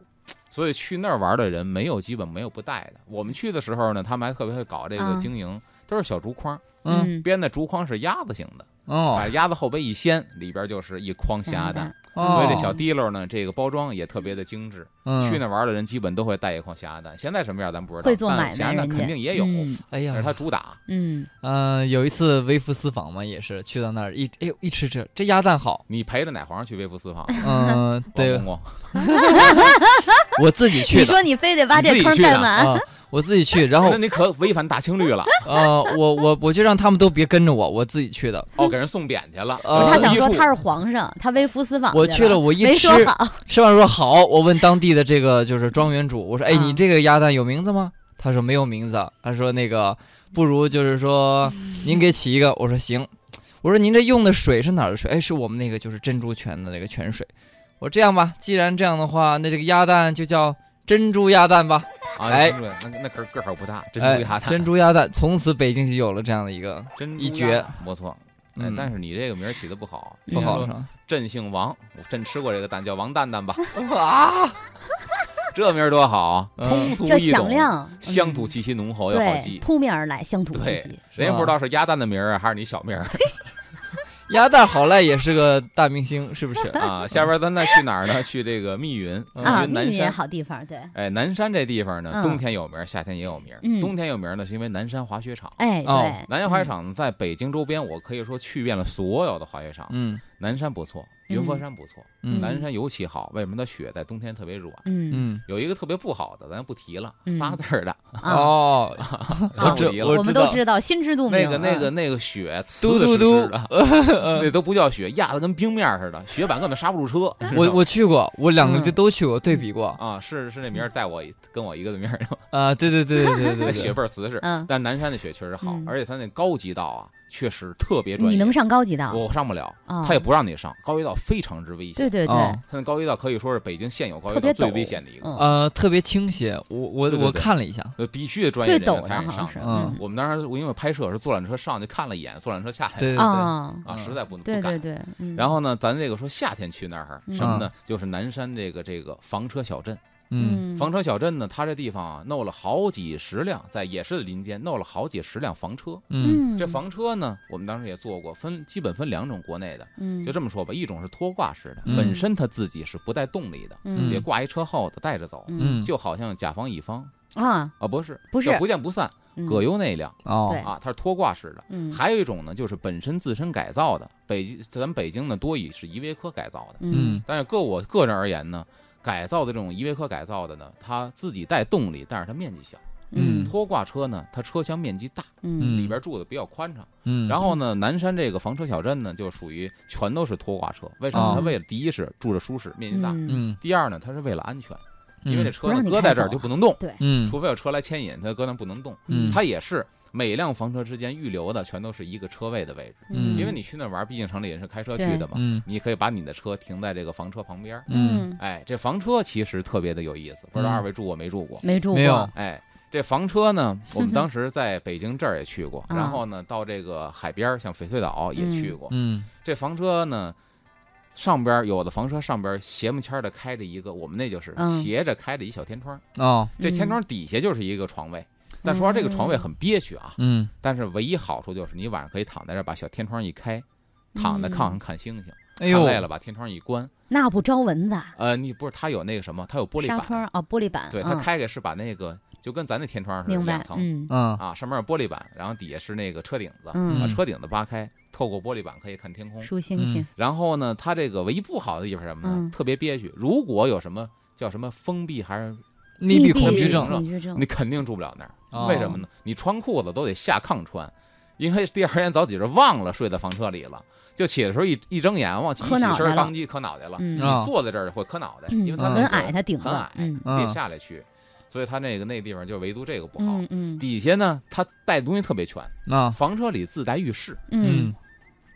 [SPEAKER 3] 所以去那儿玩的人没有基本没有不带的。我们去的时候呢，他们还特别会搞这个
[SPEAKER 1] 啊
[SPEAKER 3] 经营，都是小竹筐，
[SPEAKER 2] 嗯
[SPEAKER 1] 嗯
[SPEAKER 3] 编的竹筐是鸭子型的，
[SPEAKER 2] 哦
[SPEAKER 3] 把鸭子后背一掀，里边就是一筐咸鸭蛋。，
[SPEAKER 2] 哦，
[SPEAKER 3] 所以这小提溜呢，这个包装也特别的精致。
[SPEAKER 2] 嗯
[SPEAKER 3] 去那玩的人基本都会带一筐咸鸭蛋，现在什么样咱不知道，
[SPEAKER 1] 会做
[SPEAKER 3] 但
[SPEAKER 1] 买
[SPEAKER 3] 咸
[SPEAKER 1] 卖，
[SPEAKER 3] 鸭蛋
[SPEAKER 1] 人家
[SPEAKER 3] 肯定也有，
[SPEAKER 1] 嗯
[SPEAKER 2] 哎
[SPEAKER 3] 这
[SPEAKER 2] 呀
[SPEAKER 3] 是，它主打。
[SPEAKER 1] 嗯，
[SPEAKER 2] 嗯，有一次微服私访嘛，也是去到那儿一哎呦一吃这这鸭蛋好，
[SPEAKER 3] 你陪着奶皇上去微服私访，
[SPEAKER 2] 嗯，
[SPEAKER 1] [laughs]
[SPEAKER 2] 对
[SPEAKER 1] 啊
[SPEAKER 3] 王公公
[SPEAKER 2] 我自己去
[SPEAKER 1] 你
[SPEAKER 2] 的
[SPEAKER 1] 说你非得把这
[SPEAKER 3] 你自己
[SPEAKER 1] 坑
[SPEAKER 3] 去
[SPEAKER 1] 盖
[SPEAKER 3] 的
[SPEAKER 1] 满，
[SPEAKER 2] 啊，我自己去，
[SPEAKER 1] [laughs]
[SPEAKER 2] 然后
[SPEAKER 3] 那你可违反大清律了，
[SPEAKER 2] 呃，我我我就让他们都别跟着我，我自己去的。
[SPEAKER 1] 啊
[SPEAKER 3] 哦，给人送匾去了。
[SPEAKER 1] [laughs]
[SPEAKER 2] 呃
[SPEAKER 1] 他
[SPEAKER 3] 这
[SPEAKER 1] 想
[SPEAKER 3] 艺
[SPEAKER 1] 说
[SPEAKER 3] 术
[SPEAKER 1] 他是皇上，他微服私访
[SPEAKER 2] 我
[SPEAKER 1] 去
[SPEAKER 2] 去了，我一
[SPEAKER 1] 没
[SPEAKER 2] 吃
[SPEAKER 1] 说好，
[SPEAKER 2] 吃完说好，我问当地的这个就是庄园主，我说：“哎，
[SPEAKER 1] 啊
[SPEAKER 2] 你这个鸭蛋有名字吗？”他说：“没有名字。”他说：“那个不如就是说您给起一个。”我说：“行。”我说：“您这用的水是哪儿的水？”哎，是我们那个就是珍珠泉的那个泉水。我说：“这样吧，既然这样的话，那这个鸭蛋就叫珍珠鸭蛋吧。
[SPEAKER 3] 啊，
[SPEAKER 2] 哎
[SPEAKER 3] 珍珠那那可个儿不大，珍
[SPEAKER 2] 哎
[SPEAKER 3] 珠鸭蛋，
[SPEAKER 2] 珍珠鸭蛋，从此北京就有了这样的一个
[SPEAKER 3] 珍珠
[SPEAKER 2] 一
[SPEAKER 3] 鸭
[SPEAKER 2] 绝
[SPEAKER 3] 蛋，不错。哎
[SPEAKER 2] 嗯，
[SPEAKER 3] 但是你这个名儿起的不好，
[SPEAKER 2] 不好
[SPEAKER 3] 人
[SPEAKER 2] 是
[SPEAKER 3] 家说
[SPEAKER 2] 吧？
[SPEAKER 3] 朕姓王，我朕吃过这个蛋，叫王蛋
[SPEAKER 1] [laughs]
[SPEAKER 3] 蛋吧，
[SPEAKER 2] 啊，
[SPEAKER 3] 这名儿多好，
[SPEAKER 2] 嗯
[SPEAKER 3] 通俗
[SPEAKER 1] 这
[SPEAKER 3] 易
[SPEAKER 1] 响
[SPEAKER 3] 懂，
[SPEAKER 1] 亮，
[SPEAKER 3] 乡
[SPEAKER 1] 嗯
[SPEAKER 3] 土气息浓厚，又好
[SPEAKER 1] 对
[SPEAKER 3] 记。
[SPEAKER 1] 扑面而来，乡土气
[SPEAKER 3] 对
[SPEAKER 1] 息。
[SPEAKER 3] 人家不知道是鸭蛋的名儿啊还是你小名儿
[SPEAKER 1] [laughs]
[SPEAKER 2] 鸭蛋好赖也是个大明星，是不是？
[SPEAKER 3] 啊。下边咱再去哪儿呢？去这个密云，
[SPEAKER 2] 嗯
[SPEAKER 1] 啊，
[SPEAKER 3] 云
[SPEAKER 1] 密
[SPEAKER 3] 南
[SPEAKER 1] 云也
[SPEAKER 3] 山。
[SPEAKER 1] 好地方，对，
[SPEAKER 3] 哎，南山这地方呢，
[SPEAKER 1] 嗯
[SPEAKER 3] 冬天有名儿，夏天也有名儿
[SPEAKER 1] 嗯。
[SPEAKER 3] 冬天有名儿呢，是因为南山滑雪场。
[SPEAKER 1] 哎，
[SPEAKER 2] 哦
[SPEAKER 1] 对，
[SPEAKER 3] 南山滑雪场呢，在北京周边，我可以说去遍了所有的滑雪场。
[SPEAKER 2] 嗯
[SPEAKER 3] 南山不错，云佛山不错，
[SPEAKER 2] 嗯
[SPEAKER 3] 南山尤其好。为什么它雪在冬天特别软？
[SPEAKER 1] 嗯，
[SPEAKER 2] 嗯。
[SPEAKER 3] 有一个特别不好的，咱不提了
[SPEAKER 1] 嗯，
[SPEAKER 3] 仨字儿的，
[SPEAKER 1] 嗯啊，
[SPEAKER 2] 哦，
[SPEAKER 3] 我
[SPEAKER 2] 知
[SPEAKER 3] 提
[SPEAKER 2] 我
[SPEAKER 3] 了。
[SPEAKER 1] 我们都知道，心知肚明。
[SPEAKER 3] 那个、那个、
[SPEAKER 1] 嗯，
[SPEAKER 3] 那个雪呲
[SPEAKER 2] 嘟
[SPEAKER 3] 的
[SPEAKER 2] 嘟
[SPEAKER 3] 湿
[SPEAKER 2] 嘟
[SPEAKER 3] 湿的，那都不叫雪，压的跟冰面儿似的，雪板根本刹不住车。你知
[SPEAKER 2] [laughs]
[SPEAKER 3] 道
[SPEAKER 2] 我
[SPEAKER 3] 吗
[SPEAKER 2] 我去过，我两个
[SPEAKER 1] 嗯
[SPEAKER 2] 地都去过，对比过。
[SPEAKER 3] 啊，是是那名儿带我一跟我一个的名儿，
[SPEAKER 2] 啊，对对对对对对
[SPEAKER 3] 那
[SPEAKER 2] 对，
[SPEAKER 3] 雪倍儿瓷实。
[SPEAKER 1] 嗯，
[SPEAKER 3] 但南山的雪确实好
[SPEAKER 1] 嗯，
[SPEAKER 3] 而且它那高级道啊，确实特别专业。
[SPEAKER 1] 你能上高级道？
[SPEAKER 3] 我上不了，
[SPEAKER 1] 啊
[SPEAKER 3] 他也不让你上高级道，非常之危
[SPEAKER 1] 对
[SPEAKER 3] 险。
[SPEAKER 1] 对对，
[SPEAKER 2] 哦
[SPEAKER 3] 它那高级道可以说是北京现有高
[SPEAKER 1] 特
[SPEAKER 3] 级
[SPEAKER 1] 别
[SPEAKER 3] 道
[SPEAKER 1] 陡
[SPEAKER 3] 最危险的一个，
[SPEAKER 1] 嗯
[SPEAKER 2] 呃，特别倾斜。我我
[SPEAKER 3] 对对对
[SPEAKER 2] 我看了一下，
[SPEAKER 3] 呃，必须得专业
[SPEAKER 1] 最
[SPEAKER 3] 人员
[SPEAKER 1] 陡
[SPEAKER 3] 才
[SPEAKER 1] 的
[SPEAKER 3] 让
[SPEAKER 1] 好像
[SPEAKER 3] 你上
[SPEAKER 1] 是，
[SPEAKER 3] 的。
[SPEAKER 1] 嗯
[SPEAKER 2] 嗯
[SPEAKER 3] 我们当时我因为拍摄是坐缆车上去看了一眼，坐缆车下来
[SPEAKER 2] 对
[SPEAKER 3] 的
[SPEAKER 2] 对对，
[SPEAKER 1] 啊，
[SPEAKER 3] 啊，
[SPEAKER 2] 嗯
[SPEAKER 3] 实在不
[SPEAKER 1] 对对嗯
[SPEAKER 3] 不敢。
[SPEAKER 1] 对，嗯，
[SPEAKER 3] 然
[SPEAKER 1] 后
[SPEAKER 3] 后呢，咱这个说夏天去那儿什么
[SPEAKER 2] 啊
[SPEAKER 3] 呢？就是南山这个这个房车小镇，
[SPEAKER 2] 嗯，
[SPEAKER 3] 房车小镇呢，它这地方啊，弄了好几十辆，在也是林间弄了好几十辆房车。
[SPEAKER 2] 嗯
[SPEAKER 1] 嗯，
[SPEAKER 3] 这房车呢，我们当时也做过，分基本分两种国内的，
[SPEAKER 1] 嗯
[SPEAKER 3] 就这么说吧，一种是拖挂式的，
[SPEAKER 2] 嗯
[SPEAKER 3] 本身它自己是不带动力的，
[SPEAKER 1] 嗯
[SPEAKER 3] 也挂一车后头带着走，
[SPEAKER 1] 嗯
[SPEAKER 2] 嗯，
[SPEAKER 3] 就好像甲方乙方
[SPEAKER 1] 啊，
[SPEAKER 3] 啊，不是
[SPEAKER 1] 不是
[SPEAKER 3] 叫不见不散，
[SPEAKER 1] 嗯
[SPEAKER 3] 葛优那一辆
[SPEAKER 2] 哦
[SPEAKER 1] 对，
[SPEAKER 3] 啊，它是拖挂式的。
[SPEAKER 1] 嗯
[SPEAKER 3] 还有一种呢，就是本身自身改造的，北京咱们北京呢多以是依维柯改造的，
[SPEAKER 1] 嗯
[SPEAKER 3] 但是个我个人而言呢，改造的这种依维柯改造的呢，它自己带动力，但是它面积小。
[SPEAKER 1] 嗯
[SPEAKER 3] 拖挂车呢，它车厢面积大，
[SPEAKER 1] 嗯
[SPEAKER 3] 里边住的比较宽敞。
[SPEAKER 2] 嗯，
[SPEAKER 3] 然后呢，南山这个房车小镇呢，就属于全都是拖挂车。为什么？
[SPEAKER 2] 哦
[SPEAKER 3] 它为了第一是住着舒适，面积大；
[SPEAKER 1] 嗯
[SPEAKER 2] 嗯，
[SPEAKER 3] 第二呢，它是为了安全，
[SPEAKER 2] 嗯，
[SPEAKER 3] 因为这
[SPEAKER 1] 不
[SPEAKER 3] 车
[SPEAKER 1] 让
[SPEAKER 3] 呢
[SPEAKER 1] 你
[SPEAKER 3] 搁
[SPEAKER 1] 开
[SPEAKER 3] 在这儿
[SPEAKER 1] 走
[SPEAKER 3] 就不能动，
[SPEAKER 2] 嗯
[SPEAKER 3] 除非有车来牵引，它搁那儿不能动。
[SPEAKER 2] 嗯
[SPEAKER 3] 它也是每辆房车之间预留的全都是一个车位的位置，
[SPEAKER 1] 嗯
[SPEAKER 3] 因为你去那玩，毕竟城里人是开车去
[SPEAKER 1] 对
[SPEAKER 3] 的嘛，
[SPEAKER 2] 嗯
[SPEAKER 3] 你可以把你的车停在这个房车旁边儿。
[SPEAKER 2] 嗯
[SPEAKER 3] 哎，这房车其实特别的有意思，不知
[SPEAKER 2] 嗯
[SPEAKER 3] 道二位住过没住过？
[SPEAKER 1] 没住
[SPEAKER 2] 没有
[SPEAKER 1] 过，
[SPEAKER 3] 哎，这房车
[SPEAKER 1] [laughs]
[SPEAKER 3] 呢，我们当时在北京这儿也去过，
[SPEAKER 1] 啊
[SPEAKER 3] 然后呢，到这个海边儿，像翡翠岛也去过。
[SPEAKER 2] 嗯
[SPEAKER 3] 这房车呢，上边儿有的房车上边儿斜木签儿的开着一个，我们那就是
[SPEAKER 1] 嗯
[SPEAKER 3] 斜着开着一小天窗，
[SPEAKER 2] 哦
[SPEAKER 3] 这天
[SPEAKER 1] 嗯哦
[SPEAKER 3] 窗底下就是一个床位。但说实话这个床位很憋屈啊，
[SPEAKER 2] 嗯
[SPEAKER 3] 但是唯一好处就是你晚上可以躺在这儿，把小天窗一开，躺在炕上看星星，
[SPEAKER 2] 哎呦
[SPEAKER 3] 看累了把天窗一关。
[SPEAKER 1] 那不招蚊子啊，
[SPEAKER 3] 呃，你不是它有那个什么，它有玻璃
[SPEAKER 1] 纱
[SPEAKER 3] 板，
[SPEAKER 1] 窗啊，玻璃板，
[SPEAKER 3] 对，它
[SPEAKER 1] 嗯
[SPEAKER 3] 开开是把那个就跟咱那天窗似的
[SPEAKER 1] 明
[SPEAKER 3] 两
[SPEAKER 1] 白，
[SPEAKER 3] 层，
[SPEAKER 1] 嗯
[SPEAKER 2] 嗯
[SPEAKER 3] 啊，上面有玻璃板，然后底下是那个车顶子，把
[SPEAKER 1] 嗯，
[SPEAKER 3] 车顶子扒开，透过玻璃板可以看天空。
[SPEAKER 1] 数星星，
[SPEAKER 3] 然后呢，它这个唯一不好的地方是什么
[SPEAKER 1] 嗯
[SPEAKER 3] 呢？特别憋屈。如果有什么叫什么封闭还是
[SPEAKER 2] 密闭恐
[SPEAKER 3] 密
[SPEAKER 2] 惧
[SPEAKER 3] 闭
[SPEAKER 2] 症
[SPEAKER 1] 恐惧症
[SPEAKER 3] 你，肯定住不了那儿，
[SPEAKER 2] 哦
[SPEAKER 3] 为什么呢？你穿裤子都得下炕穿，因为第二天早起是忘了睡在房车里了，就起的时候一一睁眼往起一
[SPEAKER 1] 磕脑袋
[SPEAKER 3] 起身
[SPEAKER 1] 了
[SPEAKER 3] 当机磕脑袋了，
[SPEAKER 1] 嗯
[SPEAKER 2] 啊
[SPEAKER 3] 坐在这儿会磕脑袋，
[SPEAKER 1] 嗯
[SPEAKER 3] 因为它
[SPEAKER 2] 嗯
[SPEAKER 3] 那
[SPEAKER 1] 很
[SPEAKER 3] 个
[SPEAKER 1] 矮，它顶
[SPEAKER 3] 很
[SPEAKER 1] 着
[SPEAKER 3] 矮，
[SPEAKER 1] 嗯
[SPEAKER 3] 得
[SPEAKER 2] 嗯
[SPEAKER 3] 下来去，所以它那个那地方就唯独这个不好。
[SPEAKER 1] 嗯嗯
[SPEAKER 3] 底下呢，它带的东西特别全，
[SPEAKER 2] 啊
[SPEAKER 3] 房车里自带浴室，
[SPEAKER 1] 嗯
[SPEAKER 2] 嗯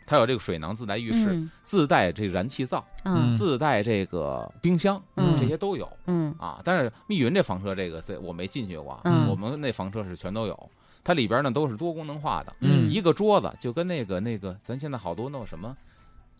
[SPEAKER 3] 它有这个水囊自带浴室，
[SPEAKER 1] 嗯
[SPEAKER 3] 自带这燃气灶，
[SPEAKER 1] 嗯
[SPEAKER 2] 嗯
[SPEAKER 3] 自带这个冰箱，
[SPEAKER 1] 嗯
[SPEAKER 3] 这些都有
[SPEAKER 1] 嗯
[SPEAKER 3] 啊。但是密云这房车这个这我没进去过啊，
[SPEAKER 1] 嗯
[SPEAKER 3] 我们那房车是全都有，它里边呢都是多功能化的，
[SPEAKER 2] 嗯
[SPEAKER 3] 一个桌子就跟那个那个咱现在好多那种什么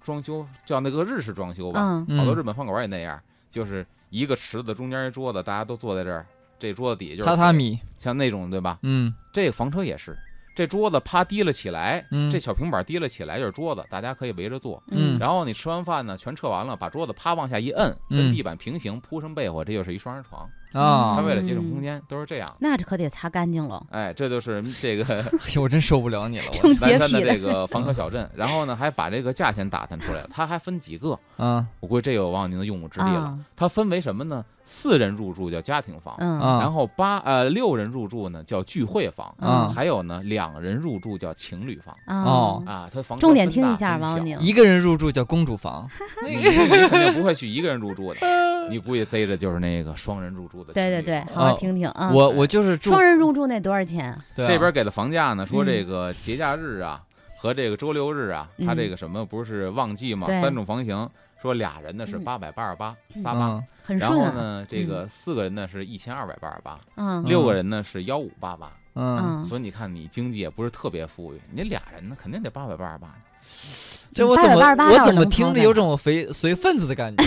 [SPEAKER 3] 装修叫那个日式装修吧，
[SPEAKER 1] 嗯
[SPEAKER 2] 嗯
[SPEAKER 3] 好多日本饭馆也那样，就是一个池子中间一桌子，大家都坐在这儿，这桌子底下就是
[SPEAKER 2] 榻榻，米，
[SPEAKER 3] 像那种对吧？
[SPEAKER 2] 嗯
[SPEAKER 3] 这个房车也是，这桌子啪提了起来，
[SPEAKER 2] 嗯
[SPEAKER 3] 这小平板提了起来就是桌子，大家可以围着坐。
[SPEAKER 1] 嗯
[SPEAKER 3] 然后你吃完饭呢，全撤完了，把桌子啪往下一摁，
[SPEAKER 2] 嗯
[SPEAKER 3] 跟地板平行，铺上被窝，这就是一双人床。
[SPEAKER 2] 啊！
[SPEAKER 3] 嗯他为了节省空间都是这样。
[SPEAKER 1] 那这可得擦干净喽。
[SPEAKER 3] 哎，这就是
[SPEAKER 1] [laughs]
[SPEAKER 3] 这个
[SPEAKER 2] 哎呦，我真受不了你了，我
[SPEAKER 1] 正洁
[SPEAKER 3] 南山
[SPEAKER 1] 癖
[SPEAKER 3] 的
[SPEAKER 1] 的
[SPEAKER 3] 这个房车小镇，然后呢还把这个价钱打探出来了，它还分几个，
[SPEAKER 2] 啊
[SPEAKER 3] 我估计这有望您的用武之地了。
[SPEAKER 1] 啊，
[SPEAKER 3] 它分为什么呢？四人入住叫家庭房，
[SPEAKER 1] 嗯
[SPEAKER 2] 啊
[SPEAKER 3] 然后八呃六人入住呢叫聚会房，
[SPEAKER 2] 啊
[SPEAKER 1] 嗯
[SPEAKER 3] 还有呢两人入住叫情侣房
[SPEAKER 1] 哦
[SPEAKER 2] 哦，
[SPEAKER 3] 啊。它房车
[SPEAKER 1] 重点
[SPEAKER 3] 分
[SPEAKER 1] 听
[SPEAKER 3] 大
[SPEAKER 1] 一下，
[SPEAKER 3] 分小
[SPEAKER 1] 王宁。
[SPEAKER 2] 一个人入住叫公主房，
[SPEAKER 1] [laughs]
[SPEAKER 3] 你你肯定不会去一个人入住的，你估计逮着就是那个双人入住的情
[SPEAKER 1] 对对
[SPEAKER 3] 侣。
[SPEAKER 1] 对，好好
[SPEAKER 2] 哦
[SPEAKER 1] 听听啊。
[SPEAKER 2] 我我就是住
[SPEAKER 1] 双人入住那多少钱？
[SPEAKER 2] 对啊
[SPEAKER 3] 这边给的房价呢，说这个节假日啊、和这个周六日啊，
[SPEAKER 1] 嗯
[SPEAKER 3] 它这个什么不是旺季嘛，
[SPEAKER 1] 对
[SPEAKER 3] 三种房型，说俩人呢是
[SPEAKER 1] 嗯
[SPEAKER 3] 八百八十八，仨八。
[SPEAKER 2] 嗯
[SPEAKER 1] 很
[SPEAKER 3] 然
[SPEAKER 1] 顺
[SPEAKER 3] 后
[SPEAKER 1] 啊。
[SPEAKER 3] 呢，这个四个人呢是一千二百八十八，
[SPEAKER 1] 嗯
[SPEAKER 3] 六个人呢是幺五八八，
[SPEAKER 2] 嗯，
[SPEAKER 1] 嗯，
[SPEAKER 3] 所以你看你经济也不是特别富裕，你俩人呢肯定得八百八十八，
[SPEAKER 2] 这我怎么
[SPEAKER 1] 888
[SPEAKER 2] 我
[SPEAKER 1] 倒
[SPEAKER 2] 怎
[SPEAKER 1] 是
[SPEAKER 2] 么
[SPEAKER 1] 能
[SPEAKER 2] 听
[SPEAKER 1] 承
[SPEAKER 2] 着
[SPEAKER 1] 担
[SPEAKER 2] 有种我肥随份子的感觉？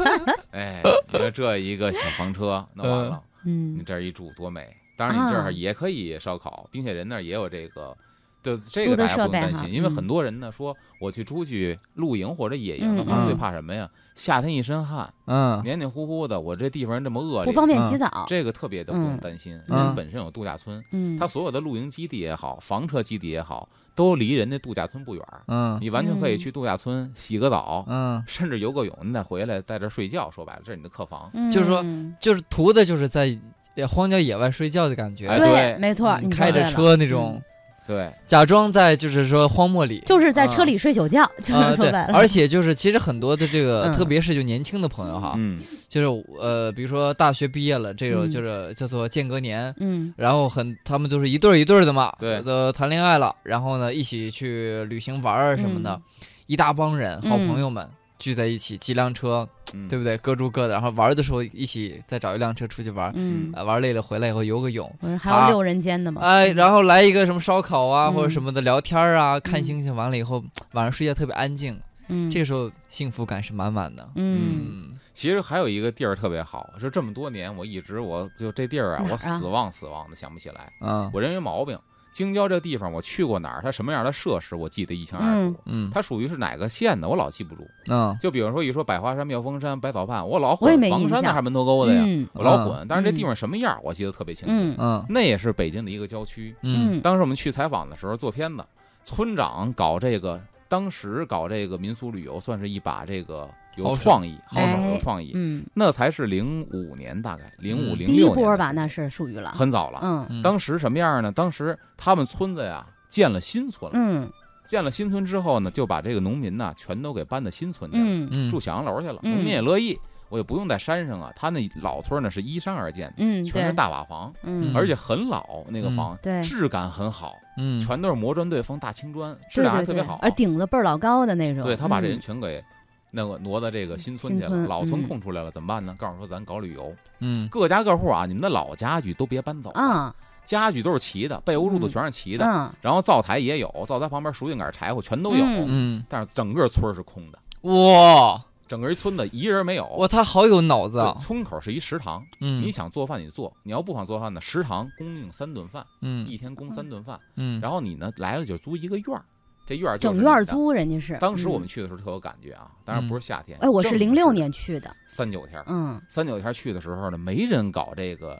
[SPEAKER 1] [laughs]
[SPEAKER 3] 哎，你说这一个小房车，那完了，你
[SPEAKER 1] 嗯，
[SPEAKER 3] 这儿一住多美。当然，你这
[SPEAKER 1] 啊
[SPEAKER 3] 儿也可以烧烤，并且人那儿也有这个，就这
[SPEAKER 1] 租
[SPEAKER 3] 个
[SPEAKER 1] 的
[SPEAKER 3] 大家不用
[SPEAKER 1] 设备
[SPEAKER 3] 担
[SPEAKER 1] 哈
[SPEAKER 3] 心，因为
[SPEAKER 1] 嗯
[SPEAKER 3] 很多人呢说我去出去露营或者野营的
[SPEAKER 1] 嗯
[SPEAKER 3] 话，最
[SPEAKER 2] 嗯
[SPEAKER 3] 怕什么呀？夏天一身汗，
[SPEAKER 2] 嗯
[SPEAKER 3] 黏黏糊糊的，我这地方人这么恶
[SPEAKER 1] 不
[SPEAKER 3] 劣，
[SPEAKER 1] 方便
[SPEAKER 2] 嗯
[SPEAKER 1] 洗澡。
[SPEAKER 3] 这个特别的不用
[SPEAKER 1] 嗯
[SPEAKER 3] 担心。
[SPEAKER 2] 嗯
[SPEAKER 3] 人本身有度假村，
[SPEAKER 1] 嗯，
[SPEAKER 3] 它所有的露营基地也好，房车基地也好，都离人家度假村不远儿，
[SPEAKER 2] 嗯
[SPEAKER 3] 你完全可以
[SPEAKER 1] 嗯
[SPEAKER 3] 去度假村洗个澡，
[SPEAKER 2] 嗯，
[SPEAKER 3] 甚至游个泳，你再回来在这儿睡觉。说白了，这是你的客房。
[SPEAKER 2] 就是说
[SPEAKER 1] 嗯
[SPEAKER 2] 就是图的就是在呃荒郊野外睡觉的感觉，
[SPEAKER 3] 哎
[SPEAKER 1] 对，
[SPEAKER 3] 对
[SPEAKER 1] 没错，
[SPEAKER 2] 嗯
[SPEAKER 1] 你说
[SPEAKER 2] 开
[SPEAKER 1] 对
[SPEAKER 2] 着
[SPEAKER 1] 了嗯
[SPEAKER 2] 车那种，
[SPEAKER 3] 对，
[SPEAKER 2] 假装在就是说荒漠里。
[SPEAKER 1] 就是在车里睡宿觉，就是
[SPEAKER 2] 啊，
[SPEAKER 1] 说
[SPEAKER 2] 对，
[SPEAKER 1] 白了。
[SPEAKER 2] 而且就是其实很多的这个，
[SPEAKER 1] 嗯
[SPEAKER 2] 特别是就年轻的朋友哈，
[SPEAKER 3] 嗯，
[SPEAKER 2] 就是呃，比如说大学毕业了，这种
[SPEAKER 1] 嗯
[SPEAKER 2] 就是叫做间隔年，
[SPEAKER 1] 嗯
[SPEAKER 2] 然后很他们都是一对儿一对儿的嘛，
[SPEAKER 3] 对
[SPEAKER 2] 呃，谈恋爱了，然后呢一起去旅行玩儿什么的，
[SPEAKER 1] 嗯
[SPEAKER 2] 一大帮人好
[SPEAKER 1] 嗯
[SPEAKER 2] 朋友们聚在一起，几辆车，
[SPEAKER 3] 嗯
[SPEAKER 2] 对不对？各住各的，然后玩儿的时候一起再找一辆车出去玩儿，
[SPEAKER 1] 嗯，
[SPEAKER 2] 啊，玩累了回来以后游个泳。
[SPEAKER 1] 我说还有
[SPEAKER 2] 啊
[SPEAKER 1] 六人间的嘛。
[SPEAKER 2] 哎，然后来一个什么烧烤啊，
[SPEAKER 1] 嗯
[SPEAKER 2] 或者什么的聊天儿啊，看星星，完了以后晚上睡觉特别安静，
[SPEAKER 1] 嗯，
[SPEAKER 2] 这个时候幸福感是满满的。
[SPEAKER 1] 嗯
[SPEAKER 2] 嗯
[SPEAKER 3] 其实还有一个地儿特别好，是这么多年我一直我就这地儿
[SPEAKER 1] 哪，
[SPEAKER 3] 啊
[SPEAKER 1] 儿啊哦
[SPEAKER 3] 我死忘死忘的想不起来。
[SPEAKER 2] 啊
[SPEAKER 3] 我人有毛病，京郊这地方我去过哪儿，它什么样的设施我记得一清二楚。
[SPEAKER 2] 嗯
[SPEAKER 3] 它属于是哪个县的，我老记不住。
[SPEAKER 2] 嗯
[SPEAKER 3] 就比如说一说百花山、妙峰山、百草畔，我老
[SPEAKER 1] 我也
[SPEAKER 3] 混
[SPEAKER 1] 没
[SPEAKER 3] 房
[SPEAKER 1] 印
[SPEAKER 3] 山那
[SPEAKER 1] 象
[SPEAKER 3] 还是门头沟的呀，
[SPEAKER 1] 嗯
[SPEAKER 3] 我老
[SPEAKER 2] 嗯
[SPEAKER 3] 混。但是这地
[SPEAKER 1] 嗯
[SPEAKER 3] 方什么样我记得特别清楚。
[SPEAKER 1] 嗯
[SPEAKER 2] 嗯
[SPEAKER 3] 那也是北京的一个郊区。
[SPEAKER 2] 嗯
[SPEAKER 1] 嗯
[SPEAKER 3] 当时我们去采访的时候做片子，村长搞这个，当时搞这个民俗旅游算是一把这个有
[SPEAKER 2] 好手
[SPEAKER 3] 创意、好手
[SPEAKER 1] 哎
[SPEAKER 3] 有创意。
[SPEAKER 1] 嗯，
[SPEAKER 3] 那才是零五年，大概零五
[SPEAKER 2] 嗯
[SPEAKER 3] 零
[SPEAKER 1] 第一
[SPEAKER 3] 六
[SPEAKER 1] 波吧，那是属于了。
[SPEAKER 3] 很早了。
[SPEAKER 1] 嗯
[SPEAKER 2] 嗯，
[SPEAKER 3] 当时什么样呢？当时他们村子呀建了新村了，
[SPEAKER 1] 嗯
[SPEAKER 3] 建了新村之后呢，就把这个农民呐全都给搬到新村去了，
[SPEAKER 1] 嗯
[SPEAKER 2] 嗯
[SPEAKER 3] 住小洋楼去了。
[SPEAKER 1] 嗯
[SPEAKER 3] 农民也乐意，我也不用在山上啊，他那老村呢是依山而建的，
[SPEAKER 1] 嗯，
[SPEAKER 3] 全是
[SPEAKER 1] 对，
[SPEAKER 3] 大瓦房，
[SPEAKER 1] 嗯，
[SPEAKER 3] 而且很老，那个
[SPEAKER 2] 嗯
[SPEAKER 3] 房
[SPEAKER 1] 对
[SPEAKER 3] 质感很好，
[SPEAKER 2] 嗯
[SPEAKER 3] 全都是磨砖对缝、大青砖，质
[SPEAKER 1] 对
[SPEAKER 3] 量还
[SPEAKER 1] 对
[SPEAKER 3] 特别
[SPEAKER 1] 对，
[SPEAKER 3] 好。
[SPEAKER 1] 而顶子倍儿老高的那种。
[SPEAKER 3] 对他把这人
[SPEAKER 1] 嗯
[SPEAKER 3] 全给那个挪到这个新村
[SPEAKER 1] 新
[SPEAKER 3] 去了，
[SPEAKER 1] 村
[SPEAKER 3] 老村
[SPEAKER 1] 嗯
[SPEAKER 3] 空出来了，怎么办呢？告诉说咱搞旅游，
[SPEAKER 2] 嗯
[SPEAKER 3] 各家各户啊，你们的老家具都别搬走了，
[SPEAKER 1] 啊
[SPEAKER 3] 家具都是齐的，被窝褥子全是齐的，
[SPEAKER 1] 嗯
[SPEAKER 3] 然后灶台也有，灶台旁边熟硬杆、柴火全都有，
[SPEAKER 1] 嗯
[SPEAKER 2] 嗯，
[SPEAKER 3] 但是整个村儿是空的，
[SPEAKER 2] 哇
[SPEAKER 3] 整个一村子一人没有。
[SPEAKER 2] 哇，他好有脑子啊
[SPEAKER 3] 对，！村口是一食堂，
[SPEAKER 2] 嗯
[SPEAKER 3] 你想做饭你做，你要不想做饭呢，食堂供应三顿饭，
[SPEAKER 2] 嗯
[SPEAKER 3] 一天供三顿饭，
[SPEAKER 2] 嗯，
[SPEAKER 3] 然后你呢来了就租一个院儿，这院儿就是
[SPEAKER 1] 整院儿
[SPEAKER 3] 你的。
[SPEAKER 1] 租人家是。
[SPEAKER 3] 当时我们
[SPEAKER 1] 嗯，
[SPEAKER 3] 去的时候特有感觉啊，当然不是夏天，
[SPEAKER 1] 哎，我
[SPEAKER 3] 正
[SPEAKER 1] 是
[SPEAKER 3] 是
[SPEAKER 1] 零六年去的，
[SPEAKER 3] 三九天儿，
[SPEAKER 1] 嗯，
[SPEAKER 3] 三九天儿去的时候呢，没人搞这个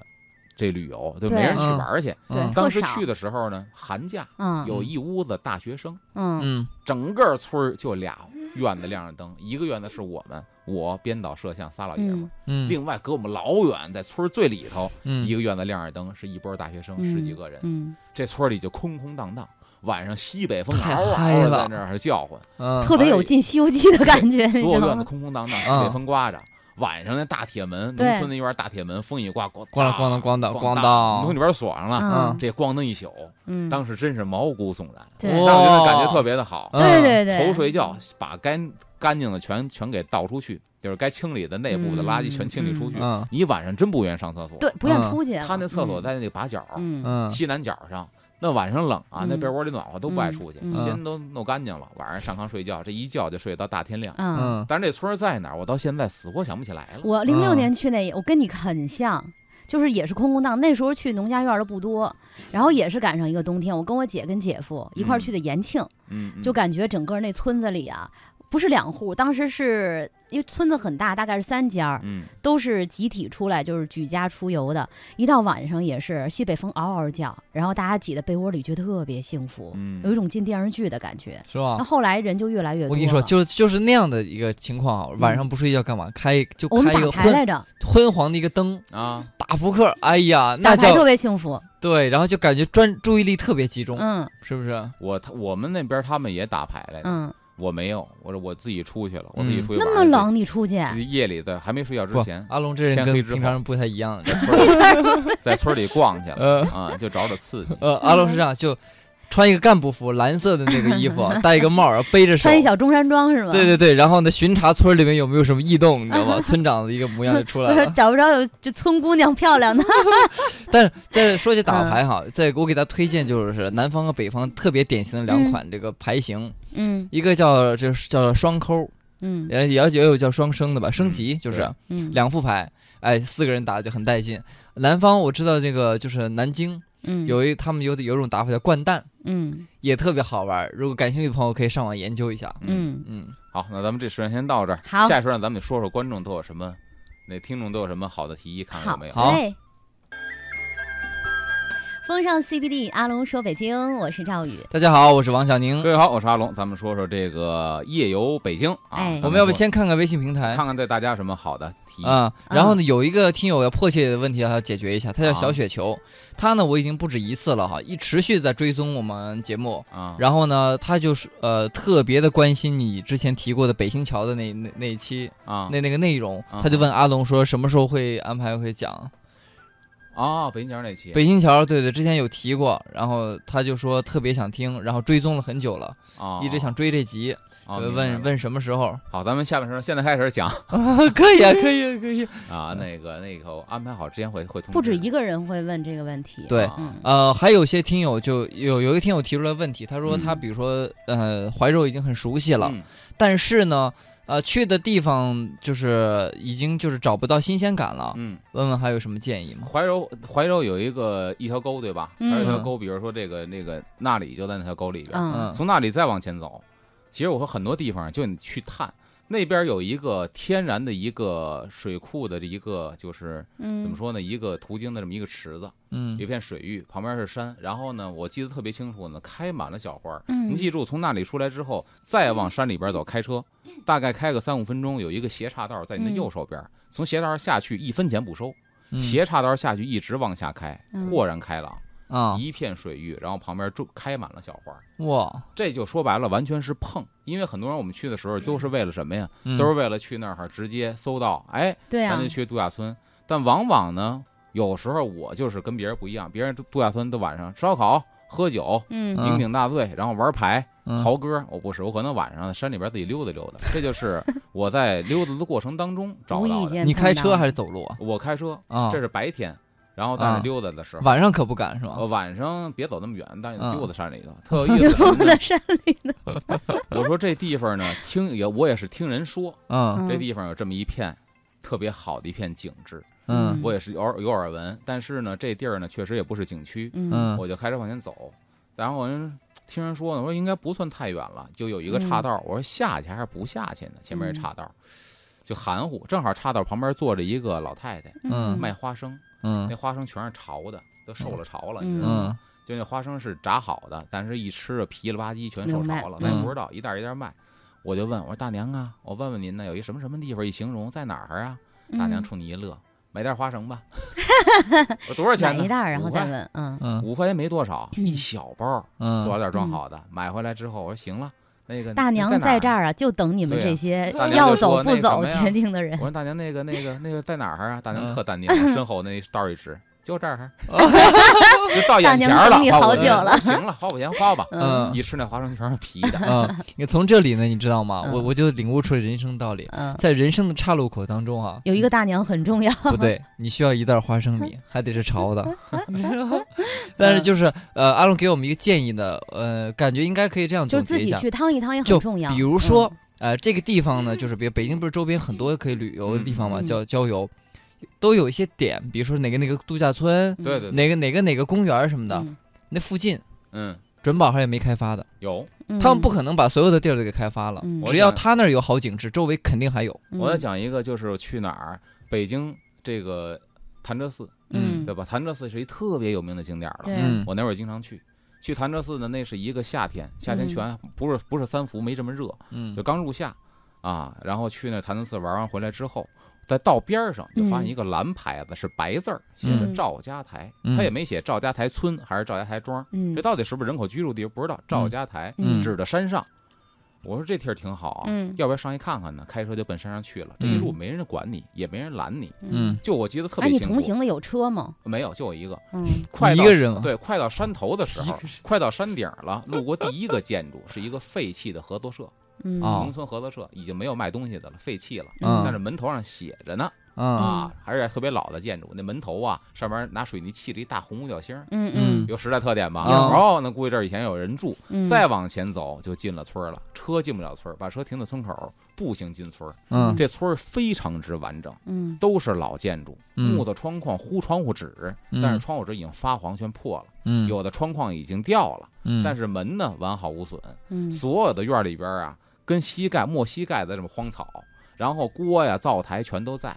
[SPEAKER 3] 这旅游，就
[SPEAKER 1] 对啊
[SPEAKER 3] 没人去
[SPEAKER 2] 嗯
[SPEAKER 3] 玩儿去。
[SPEAKER 1] 对，
[SPEAKER 3] 当
[SPEAKER 1] 特
[SPEAKER 3] 时
[SPEAKER 1] 少，
[SPEAKER 3] 去的时候呢，寒假
[SPEAKER 1] 嗯
[SPEAKER 3] 有一屋子大学生，
[SPEAKER 1] 嗯
[SPEAKER 2] 嗯
[SPEAKER 3] 整个村儿就俩院子亮着灯，一个院子是我们，我编导摄像仨老爷们儿，
[SPEAKER 1] 嗯
[SPEAKER 2] 嗯，
[SPEAKER 3] 另外隔我们老远，在村儿最里头
[SPEAKER 2] 嗯
[SPEAKER 3] 一个院子亮着灯，是一波大学生
[SPEAKER 1] 嗯
[SPEAKER 3] 十几个人，
[SPEAKER 1] 嗯，
[SPEAKER 3] 这村儿里就空空荡荡。晚上西北风
[SPEAKER 2] 太
[SPEAKER 3] 嗷嗷
[SPEAKER 2] 嗨
[SPEAKER 3] 的
[SPEAKER 2] 了
[SPEAKER 3] 在那儿叫唤，
[SPEAKER 2] 嗯
[SPEAKER 1] 特别有进《西游记》的感觉，
[SPEAKER 3] 所
[SPEAKER 1] [laughs] 你
[SPEAKER 3] 有
[SPEAKER 1] 知道
[SPEAKER 3] 院子
[SPEAKER 1] 吗？嗯
[SPEAKER 3] 空空荡荡，西
[SPEAKER 2] 啊
[SPEAKER 3] 北风刮着。晚上那大铁门，农
[SPEAKER 1] 对
[SPEAKER 3] 村那院大铁门，风一刮，咣
[SPEAKER 2] 咣
[SPEAKER 3] 当
[SPEAKER 2] 当咣当咣当咣
[SPEAKER 3] 咣你从
[SPEAKER 2] 当，
[SPEAKER 3] 里边锁上了。
[SPEAKER 1] 嗯
[SPEAKER 3] 啊这咣当一宿，
[SPEAKER 1] 嗯，
[SPEAKER 3] 当时真是毛骨悚然，
[SPEAKER 1] 对
[SPEAKER 2] 哇
[SPEAKER 3] 当时的
[SPEAKER 2] 哦
[SPEAKER 3] 感觉特别的好。
[SPEAKER 2] 嗯
[SPEAKER 1] 对对对，
[SPEAKER 3] 头睡觉，把该干净的全全给倒出去，就是该清理的内部的垃圾全清理出去。
[SPEAKER 2] 嗯
[SPEAKER 3] 你晚上真不愿意上厕所，
[SPEAKER 1] 对，不愿
[SPEAKER 2] 嗯
[SPEAKER 1] 出去。
[SPEAKER 3] 他那厕所
[SPEAKER 1] 嗯，
[SPEAKER 3] 在那把角，
[SPEAKER 1] 嗯
[SPEAKER 2] 嗯
[SPEAKER 3] 西南角上。那晚上冷啊，
[SPEAKER 1] 嗯
[SPEAKER 3] 那被窝里暖和，都不爱出去
[SPEAKER 1] 嗯，
[SPEAKER 2] 嗯
[SPEAKER 3] 先都弄干净了，晚上上炕睡觉，这一觉就睡到大天亮。
[SPEAKER 1] 嗯，
[SPEAKER 2] 嗯
[SPEAKER 3] 但是这村儿在哪儿，我到现在死活想不起来了。
[SPEAKER 1] 我零六
[SPEAKER 2] 嗯
[SPEAKER 1] 年去那，我跟你很像。就是也是空空荡，那时候去农家院儿的不多，然后也是赶上一个冬天，我跟我姐跟姐夫一块儿
[SPEAKER 3] 嗯
[SPEAKER 1] 去的延庆，
[SPEAKER 3] 嗯，嗯
[SPEAKER 1] 就感觉整个那村子里啊，不是两户，当时是因为村子很大，大概是三家儿，
[SPEAKER 3] 嗯，
[SPEAKER 1] 都是集体出来就是举家出游的。一到晚上也是西北风嗷嗷叫，然后大家挤在被窝里，觉得特别幸福，
[SPEAKER 3] 嗯
[SPEAKER 1] 有一种进电视剧的感觉。
[SPEAKER 2] 是
[SPEAKER 1] 那
[SPEAKER 2] 吧？
[SPEAKER 1] 后来人就越来越哦多了。
[SPEAKER 2] 啊我跟你说，就就是那样的一个情况啊，晚上不睡觉干嘛？开就
[SPEAKER 1] 我们
[SPEAKER 2] 开一
[SPEAKER 1] 打
[SPEAKER 2] 个
[SPEAKER 1] 牌来
[SPEAKER 2] 昏
[SPEAKER 1] 着，
[SPEAKER 2] 昏黄的一个灯，
[SPEAKER 3] 啊，
[SPEAKER 2] 打扑克，哎呀，
[SPEAKER 1] 打
[SPEAKER 2] 那
[SPEAKER 1] 牌
[SPEAKER 2] 叫
[SPEAKER 1] 特别幸福。
[SPEAKER 2] 对，然后就感觉专注意力特别集中，
[SPEAKER 1] 嗯
[SPEAKER 2] 是不是？
[SPEAKER 3] 我他我们那边他们也打牌
[SPEAKER 2] 哎
[SPEAKER 3] 来着，
[SPEAKER 1] 嗯，
[SPEAKER 3] 我没有，我说我自己出去了，我自己
[SPEAKER 2] 嗯
[SPEAKER 3] 出去玩
[SPEAKER 1] 那
[SPEAKER 3] 儿
[SPEAKER 1] 么
[SPEAKER 3] 去，
[SPEAKER 1] 冷你出去，
[SPEAKER 3] 夜里的还没睡觉之
[SPEAKER 2] 不
[SPEAKER 3] 前，，
[SPEAKER 2] 阿龙这人
[SPEAKER 3] 天
[SPEAKER 2] 跟
[SPEAKER 3] 黑之
[SPEAKER 2] 平
[SPEAKER 3] 后
[SPEAKER 2] 常人不太一样的。
[SPEAKER 3] [laughs] 在村儿在村儿里逛去了
[SPEAKER 2] 呃
[SPEAKER 3] 啊，就找找刺激。
[SPEAKER 2] 呃，阿龙是这样，就穿一个干部服，蓝色的那个衣
[SPEAKER 1] [laughs]
[SPEAKER 2] 服，啊戴一个帽儿，然后背着手
[SPEAKER 1] 穿一。小中山装是吗？
[SPEAKER 2] 对对对，然后呢，巡查村里面有没有什么异动，你知道
[SPEAKER 1] [laughs]
[SPEAKER 2] 吗？村长的一个模样就出来
[SPEAKER 1] 我说
[SPEAKER 2] 了。
[SPEAKER 1] [laughs] 找不着有这村姑娘漂亮的， [laughs]
[SPEAKER 2] 但是在说起打牌
[SPEAKER 1] 嗯
[SPEAKER 2] 哈，在我给大家推荐就是南方和北方特别典型的两款这个牌型，
[SPEAKER 1] 嗯
[SPEAKER 2] 一个叫这叫双抠，
[SPEAKER 1] 嗯
[SPEAKER 2] 也也也有叫双升的吧，升级就是。
[SPEAKER 3] 对
[SPEAKER 1] 嗯，
[SPEAKER 2] 两副牌，哎，四个人打就很带劲。南方我知道这个就是南京
[SPEAKER 1] 嗯
[SPEAKER 2] 有一他们有有一种打法叫掼蛋，
[SPEAKER 1] 嗯
[SPEAKER 2] 也特别好玩儿。如果感兴趣的朋友可以上网研究一下。
[SPEAKER 1] 嗯
[SPEAKER 2] 嗯，
[SPEAKER 3] 好，那咱们这时间先到这儿。
[SPEAKER 1] 好
[SPEAKER 3] 下一时段咱们得说说观众都有什么，那听众都有什么好的提议，看看有没有。
[SPEAKER 2] 好
[SPEAKER 1] 哎风尚 CBD，阿龙说北京，我是赵
[SPEAKER 3] 嗯
[SPEAKER 1] 宇。
[SPEAKER 2] 大家好，我是王小宁
[SPEAKER 3] 各。位好，我是阿龙，咱们说说这个夜游北京啊
[SPEAKER 1] 哎，
[SPEAKER 2] 我们要不
[SPEAKER 3] 咱说
[SPEAKER 2] 先看看微信平台
[SPEAKER 3] 看看对大家有什么好的提议？
[SPEAKER 2] 啊、然后呢，有一个听友要迫切的问题要解决一下，他叫
[SPEAKER 3] 嗯啊
[SPEAKER 2] 小雪球，他呢我已经不止一次了哈，一持续在追踪我们节目。
[SPEAKER 3] 啊，
[SPEAKER 2] 然后呢，他就是呃特别的关心你之前提过的北新桥的那那那一期，
[SPEAKER 3] 啊
[SPEAKER 2] 那那个内容，
[SPEAKER 3] 啊
[SPEAKER 2] 他就问阿龙说什么时候会安排会讲
[SPEAKER 3] 啊，北京角那期
[SPEAKER 2] 北新桥，对对，之前有提过，然后他就说特别想听，然后追踪了很久了，
[SPEAKER 3] 啊，
[SPEAKER 2] 一直想追这集，
[SPEAKER 3] 啊
[SPEAKER 2] 呃
[SPEAKER 3] 明白
[SPEAKER 2] 问
[SPEAKER 3] 了
[SPEAKER 2] 问什么时候？
[SPEAKER 3] 好，咱们下半时段现在开始讲
[SPEAKER 2] [laughs] 可以啊，可以啊，可以啊。
[SPEAKER 3] 啊，那个那个我安排好之前会会通知
[SPEAKER 1] 不止一个人会问这个问题。
[SPEAKER 2] 对
[SPEAKER 3] 啊
[SPEAKER 1] 嗯
[SPEAKER 2] 呃，还有些听友就有有一个听友提出了问题，他说
[SPEAKER 3] 嗯
[SPEAKER 2] 他比如说、呃怀柔已经很熟悉了，
[SPEAKER 3] 嗯
[SPEAKER 2] 但是呢。呃，去的地方就是已经就是找不到新鲜感了。
[SPEAKER 3] 嗯，
[SPEAKER 2] 问问还有什么建议吗？
[SPEAKER 3] 怀柔怀柔有一个一条沟对吧？
[SPEAKER 1] 嗯
[SPEAKER 3] 还有一条沟，比如说这个那个那里就在那条沟里边，
[SPEAKER 1] 嗯
[SPEAKER 2] 嗯
[SPEAKER 3] 从那里再往前走，其实我说很多地方，就你去探那边有一个天然的一个水库的一个就是
[SPEAKER 1] 嗯，
[SPEAKER 3] 啊怎么说呢，一个途经的这么一个池子，
[SPEAKER 2] 嗯
[SPEAKER 3] 一，片水域，旁边是山，然后呢，我记得特别清楚呢，开满了小花儿。
[SPEAKER 1] 嗯
[SPEAKER 3] 您记住，从那里出来之后，再往山里边走，开车，大概开个三五分钟，有一个斜岔道在你的
[SPEAKER 1] 嗯
[SPEAKER 3] 右手边，从斜岔道下去一分钱不收，
[SPEAKER 2] 嗯
[SPEAKER 3] 斜岔道下去一直往下开，
[SPEAKER 1] 嗯
[SPEAKER 3] 豁然开朗，
[SPEAKER 2] 啊，
[SPEAKER 3] 一片水域，然后旁边种开满了小花儿。
[SPEAKER 2] 哇，
[SPEAKER 3] 这就说白了，完全是碰，因为很多人我们去的时候都是为了什么呀？
[SPEAKER 2] 嗯
[SPEAKER 3] 都是为了去那儿直接搜到，哎，
[SPEAKER 1] 对
[SPEAKER 3] 咱
[SPEAKER 1] 啊
[SPEAKER 3] 就，去度假村。但往往呢，有时候我就是跟别人不一样，别人度假村都晚上烧烤、喝酒、
[SPEAKER 1] 嗯
[SPEAKER 2] 嗯
[SPEAKER 3] 酩酊大醉，然后玩牌、
[SPEAKER 2] 嗯
[SPEAKER 3] 豪歌。我不是，我可能晚上在山里边自己溜达溜达。这就是我在溜达的过程当中找
[SPEAKER 1] 无
[SPEAKER 3] 到
[SPEAKER 1] 意
[SPEAKER 3] 的。
[SPEAKER 1] 间
[SPEAKER 2] 你
[SPEAKER 1] 碰
[SPEAKER 2] 开
[SPEAKER 1] 到
[SPEAKER 2] 车还
[SPEAKER 1] 了 [laughs]
[SPEAKER 2] 是走路啊？
[SPEAKER 3] 我开车，
[SPEAKER 2] 啊，
[SPEAKER 3] 这是白天，然后在那
[SPEAKER 2] 啊
[SPEAKER 3] 溜达的时候。
[SPEAKER 2] 晚上可不敢是吧？
[SPEAKER 3] 呃晚上别走那么远，但是
[SPEAKER 2] 嗯
[SPEAKER 3] 你溜达山里头，特有意思。啊
[SPEAKER 1] 溜达山里呢？
[SPEAKER 3] [laughs] 我说这地方呢，听也我也是听人说，
[SPEAKER 2] 嗯
[SPEAKER 3] 这
[SPEAKER 1] 嗯
[SPEAKER 3] 地方有这么一片特别好的一片景致，
[SPEAKER 2] 嗯
[SPEAKER 3] 我也是有耳有耳闻，但是呢，这地儿呢确实也不是景区，
[SPEAKER 1] 嗯
[SPEAKER 2] 嗯
[SPEAKER 3] 我就开车往前走，然后我人听人说呢，我说应该不算太远了，就有一个
[SPEAKER 2] 嗯
[SPEAKER 3] 岔道，我说下去还是不下去呢？前面是岔道，就含糊，正好岔道旁边坐着一个老太太
[SPEAKER 2] 嗯
[SPEAKER 3] 卖花生，那
[SPEAKER 2] 嗯
[SPEAKER 3] 花生全是潮的，都受了潮了，
[SPEAKER 1] 嗯
[SPEAKER 3] 你知道吗？
[SPEAKER 2] 嗯
[SPEAKER 3] 就那花生是炸好的，但是一吃啊皮了吧唧全受潮
[SPEAKER 1] 明白
[SPEAKER 3] 了，
[SPEAKER 1] 嗯
[SPEAKER 3] 咱也不知道，一袋儿一袋儿卖。我就问我说大娘啊，我问问您呢，有一什么什么地方一形容在哪儿啊？大娘
[SPEAKER 1] 嗯
[SPEAKER 3] 冲你一乐，买袋花
[SPEAKER 1] [laughs]
[SPEAKER 3] 生吧。我说多少钱
[SPEAKER 1] 买
[SPEAKER 3] 呢？
[SPEAKER 1] 一袋儿，然后
[SPEAKER 3] 五
[SPEAKER 1] 再
[SPEAKER 3] 块
[SPEAKER 1] 问，嗯
[SPEAKER 2] 嗯
[SPEAKER 3] 五块钱没
[SPEAKER 1] [clears throat]
[SPEAKER 3] 多少，一小包，塑料
[SPEAKER 2] 嗯，
[SPEAKER 3] 袋装好的。买回来之后，我说行了，那个
[SPEAKER 1] 大娘
[SPEAKER 3] 在
[SPEAKER 1] 在
[SPEAKER 3] 这
[SPEAKER 1] 这。儿啊，就等你们
[SPEAKER 3] 对
[SPEAKER 1] 这
[SPEAKER 3] 啊
[SPEAKER 1] 些
[SPEAKER 3] 大娘
[SPEAKER 1] 要
[SPEAKER 3] 就
[SPEAKER 1] 走
[SPEAKER 3] 说
[SPEAKER 1] 不
[SPEAKER 3] 那
[SPEAKER 1] 走
[SPEAKER 3] 什么呀
[SPEAKER 1] 决定的
[SPEAKER 3] [laughs]
[SPEAKER 1] 人
[SPEAKER 3] 我。说大娘，那个那个那个在哪儿啊？大娘
[SPEAKER 2] 嗯
[SPEAKER 3] 特
[SPEAKER 1] [laughs]
[SPEAKER 3] 淡定，往身后那道一指，就这儿，就到眼前
[SPEAKER 1] 大娘
[SPEAKER 3] 儿了
[SPEAKER 1] 等你。
[SPEAKER 3] 花
[SPEAKER 1] 好
[SPEAKER 3] 我
[SPEAKER 1] 久
[SPEAKER 3] 钱
[SPEAKER 1] 了
[SPEAKER 3] 我说行了，花五钱花吧。
[SPEAKER 2] 嗯
[SPEAKER 3] 一吃那花生全是皮
[SPEAKER 2] [laughs]
[SPEAKER 3] 的，
[SPEAKER 2] 嗯，你从这里呢，你知道吗？
[SPEAKER 1] 嗯
[SPEAKER 2] 我我就领悟出了人生道理，
[SPEAKER 1] 嗯，
[SPEAKER 2] 在人生的岔路口当中啊，
[SPEAKER 1] 有一个大娘很重要。[laughs]
[SPEAKER 2] 不对，你需要一袋花生米，还得是潮的。 [laughs] 你知道吗但是就是呃，阿龙给我们一个建议呢，呃，感觉应该可以这样
[SPEAKER 1] 就
[SPEAKER 2] 总
[SPEAKER 1] 是自
[SPEAKER 2] 结一
[SPEAKER 1] 己
[SPEAKER 2] 下，
[SPEAKER 1] 去趟一趟也很
[SPEAKER 2] 就
[SPEAKER 1] 重要。嗯
[SPEAKER 2] 比如说呃，这个地方呢，就是比如北京不是周边很多可以旅游的地方嘛，
[SPEAKER 1] 嗯
[SPEAKER 2] 叫郊游，都有一些点，比如说哪个哪个度假村，
[SPEAKER 1] 嗯，
[SPEAKER 3] 对对对，
[SPEAKER 2] 哪个哪个哪个公园儿什么的，
[SPEAKER 1] 嗯
[SPEAKER 2] 那附近
[SPEAKER 3] 嗯，
[SPEAKER 2] 准宝还是没开发的，
[SPEAKER 3] 有，
[SPEAKER 2] 他们不可能把所有的地儿都给开发了，
[SPEAKER 1] 嗯
[SPEAKER 3] 我
[SPEAKER 2] 只要
[SPEAKER 3] 想
[SPEAKER 2] 他那儿有好景致，周围肯定还有。
[SPEAKER 1] 嗯
[SPEAKER 3] 我再讲一个，就是去哪儿，北京这个潭柘寺，
[SPEAKER 1] 嗯
[SPEAKER 3] 对吧？潭柘寺是一特别有名的景点儿了，
[SPEAKER 1] 对
[SPEAKER 2] 嗯
[SPEAKER 3] 我那会儿经常去。去潭柘寺呢，那是一个夏
[SPEAKER 1] 嗯
[SPEAKER 3] 天，夏天全不是不是三伏，没这么热，
[SPEAKER 2] 嗯
[SPEAKER 3] 就刚入夏啊。然后去那潭柘寺玩完回来之后，在道边儿上就发现一个蓝牌子，是白字儿，写着
[SPEAKER 1] 嗯
[SPEAKER 3] 赵家台，
[SPEAKER 2] 嗯
[SPEAKER 3] 他也没写赵家台村还是赵家台庄，
[SPEAKER 1] 嗯
[SPEAKER 3] 这到底是不是人口居住地不知道。赵家台
[SPEAKER 1] 嗯
[SPEAKER 3] 指着山上，我说这地儿挺好啊
[SPEAKER 1] 嗯，
[SPEAKER 3] 要不要上去看看呢？开车就奔山上去了，这一路没人管你，也没人拦你，
[SPEAKER 2] 嗯，
[SPEAKER 3] 就我记得特
[SPEAKER 1] 哎，
[SPEAKER 3] 别
[SPEAKER 1] 你
[SPEAKER 3] 清
[SPEAKER 1] 同
[SPEAKER 3] 楚，
[SPEAKER 1] 行的有车吗？
[SPEAKER 3] 没有，就我一个。
[SPEAKER 1] 嗯
[SPEAKER 3] 快
[SPEAKER 2] 一
[SPEAKER 3] 到
[SPEAKER 2] 个人啊
[SPEAKER 3] 对，快到山头的
[SPEAKER 1] [laughs]
[SPEAKER 3] 时候，快到山顶了，路过第一个建筑是一个废弃的合作社，
[SPEAKER 1] 嗯
[SPEAKER 2] 哦
[SPEAKER 3] 农村合作社已经没有卖东西的了，废弃了。
[SPEAKER 1] 嗯
[SPEAKER 3] 但是门头上写着呢，
[SPEAKER 2] 啊
[SPEAKER 3] 啊，还是特别老的建筑，那门头啊上面拿水泥砌了一大红五角星儿，
[SPEAKER 1] 嗯啊
[SPEAKER 2] 嗯
[SPEAKER 1] 嗯
[SPEAKER 3] 有时代特点吧？
[SPEAKER 2] 有
[SPEAKER 3] 哦，那估计这儿以前有人住。
[SPEAKER 1] 嗯，
[SPEAKER 3] 再往前走就进了村儿了，车进不了村儿，把车停在村口儿，步行进村儿。
[SPEAKER 2] 嗯
[SPEAKER 3] 这村儿非常之完整，
[SPEAKER 1] 嗯
[SPEAKER 3] 都是老建筑，
[SPEAKER 2] 嗯
[SPEAKER 3] 木头窗框糊窗户纸，但是窗户纸已经发黄全破了，
[SPEAKER 2] 嗯
[SPEAKER 3] 有的窗框已经掉了，
[SPEAKER 2] 嗯
[SPEAKER 3] 但是门呢完好无损。
[SPEAKER 1] 嗯
[SPEAKER 3] 所有的院儿里边儿啊，跟膝盖没膝盖的这么荒草，然后锅呀、灶台全都在，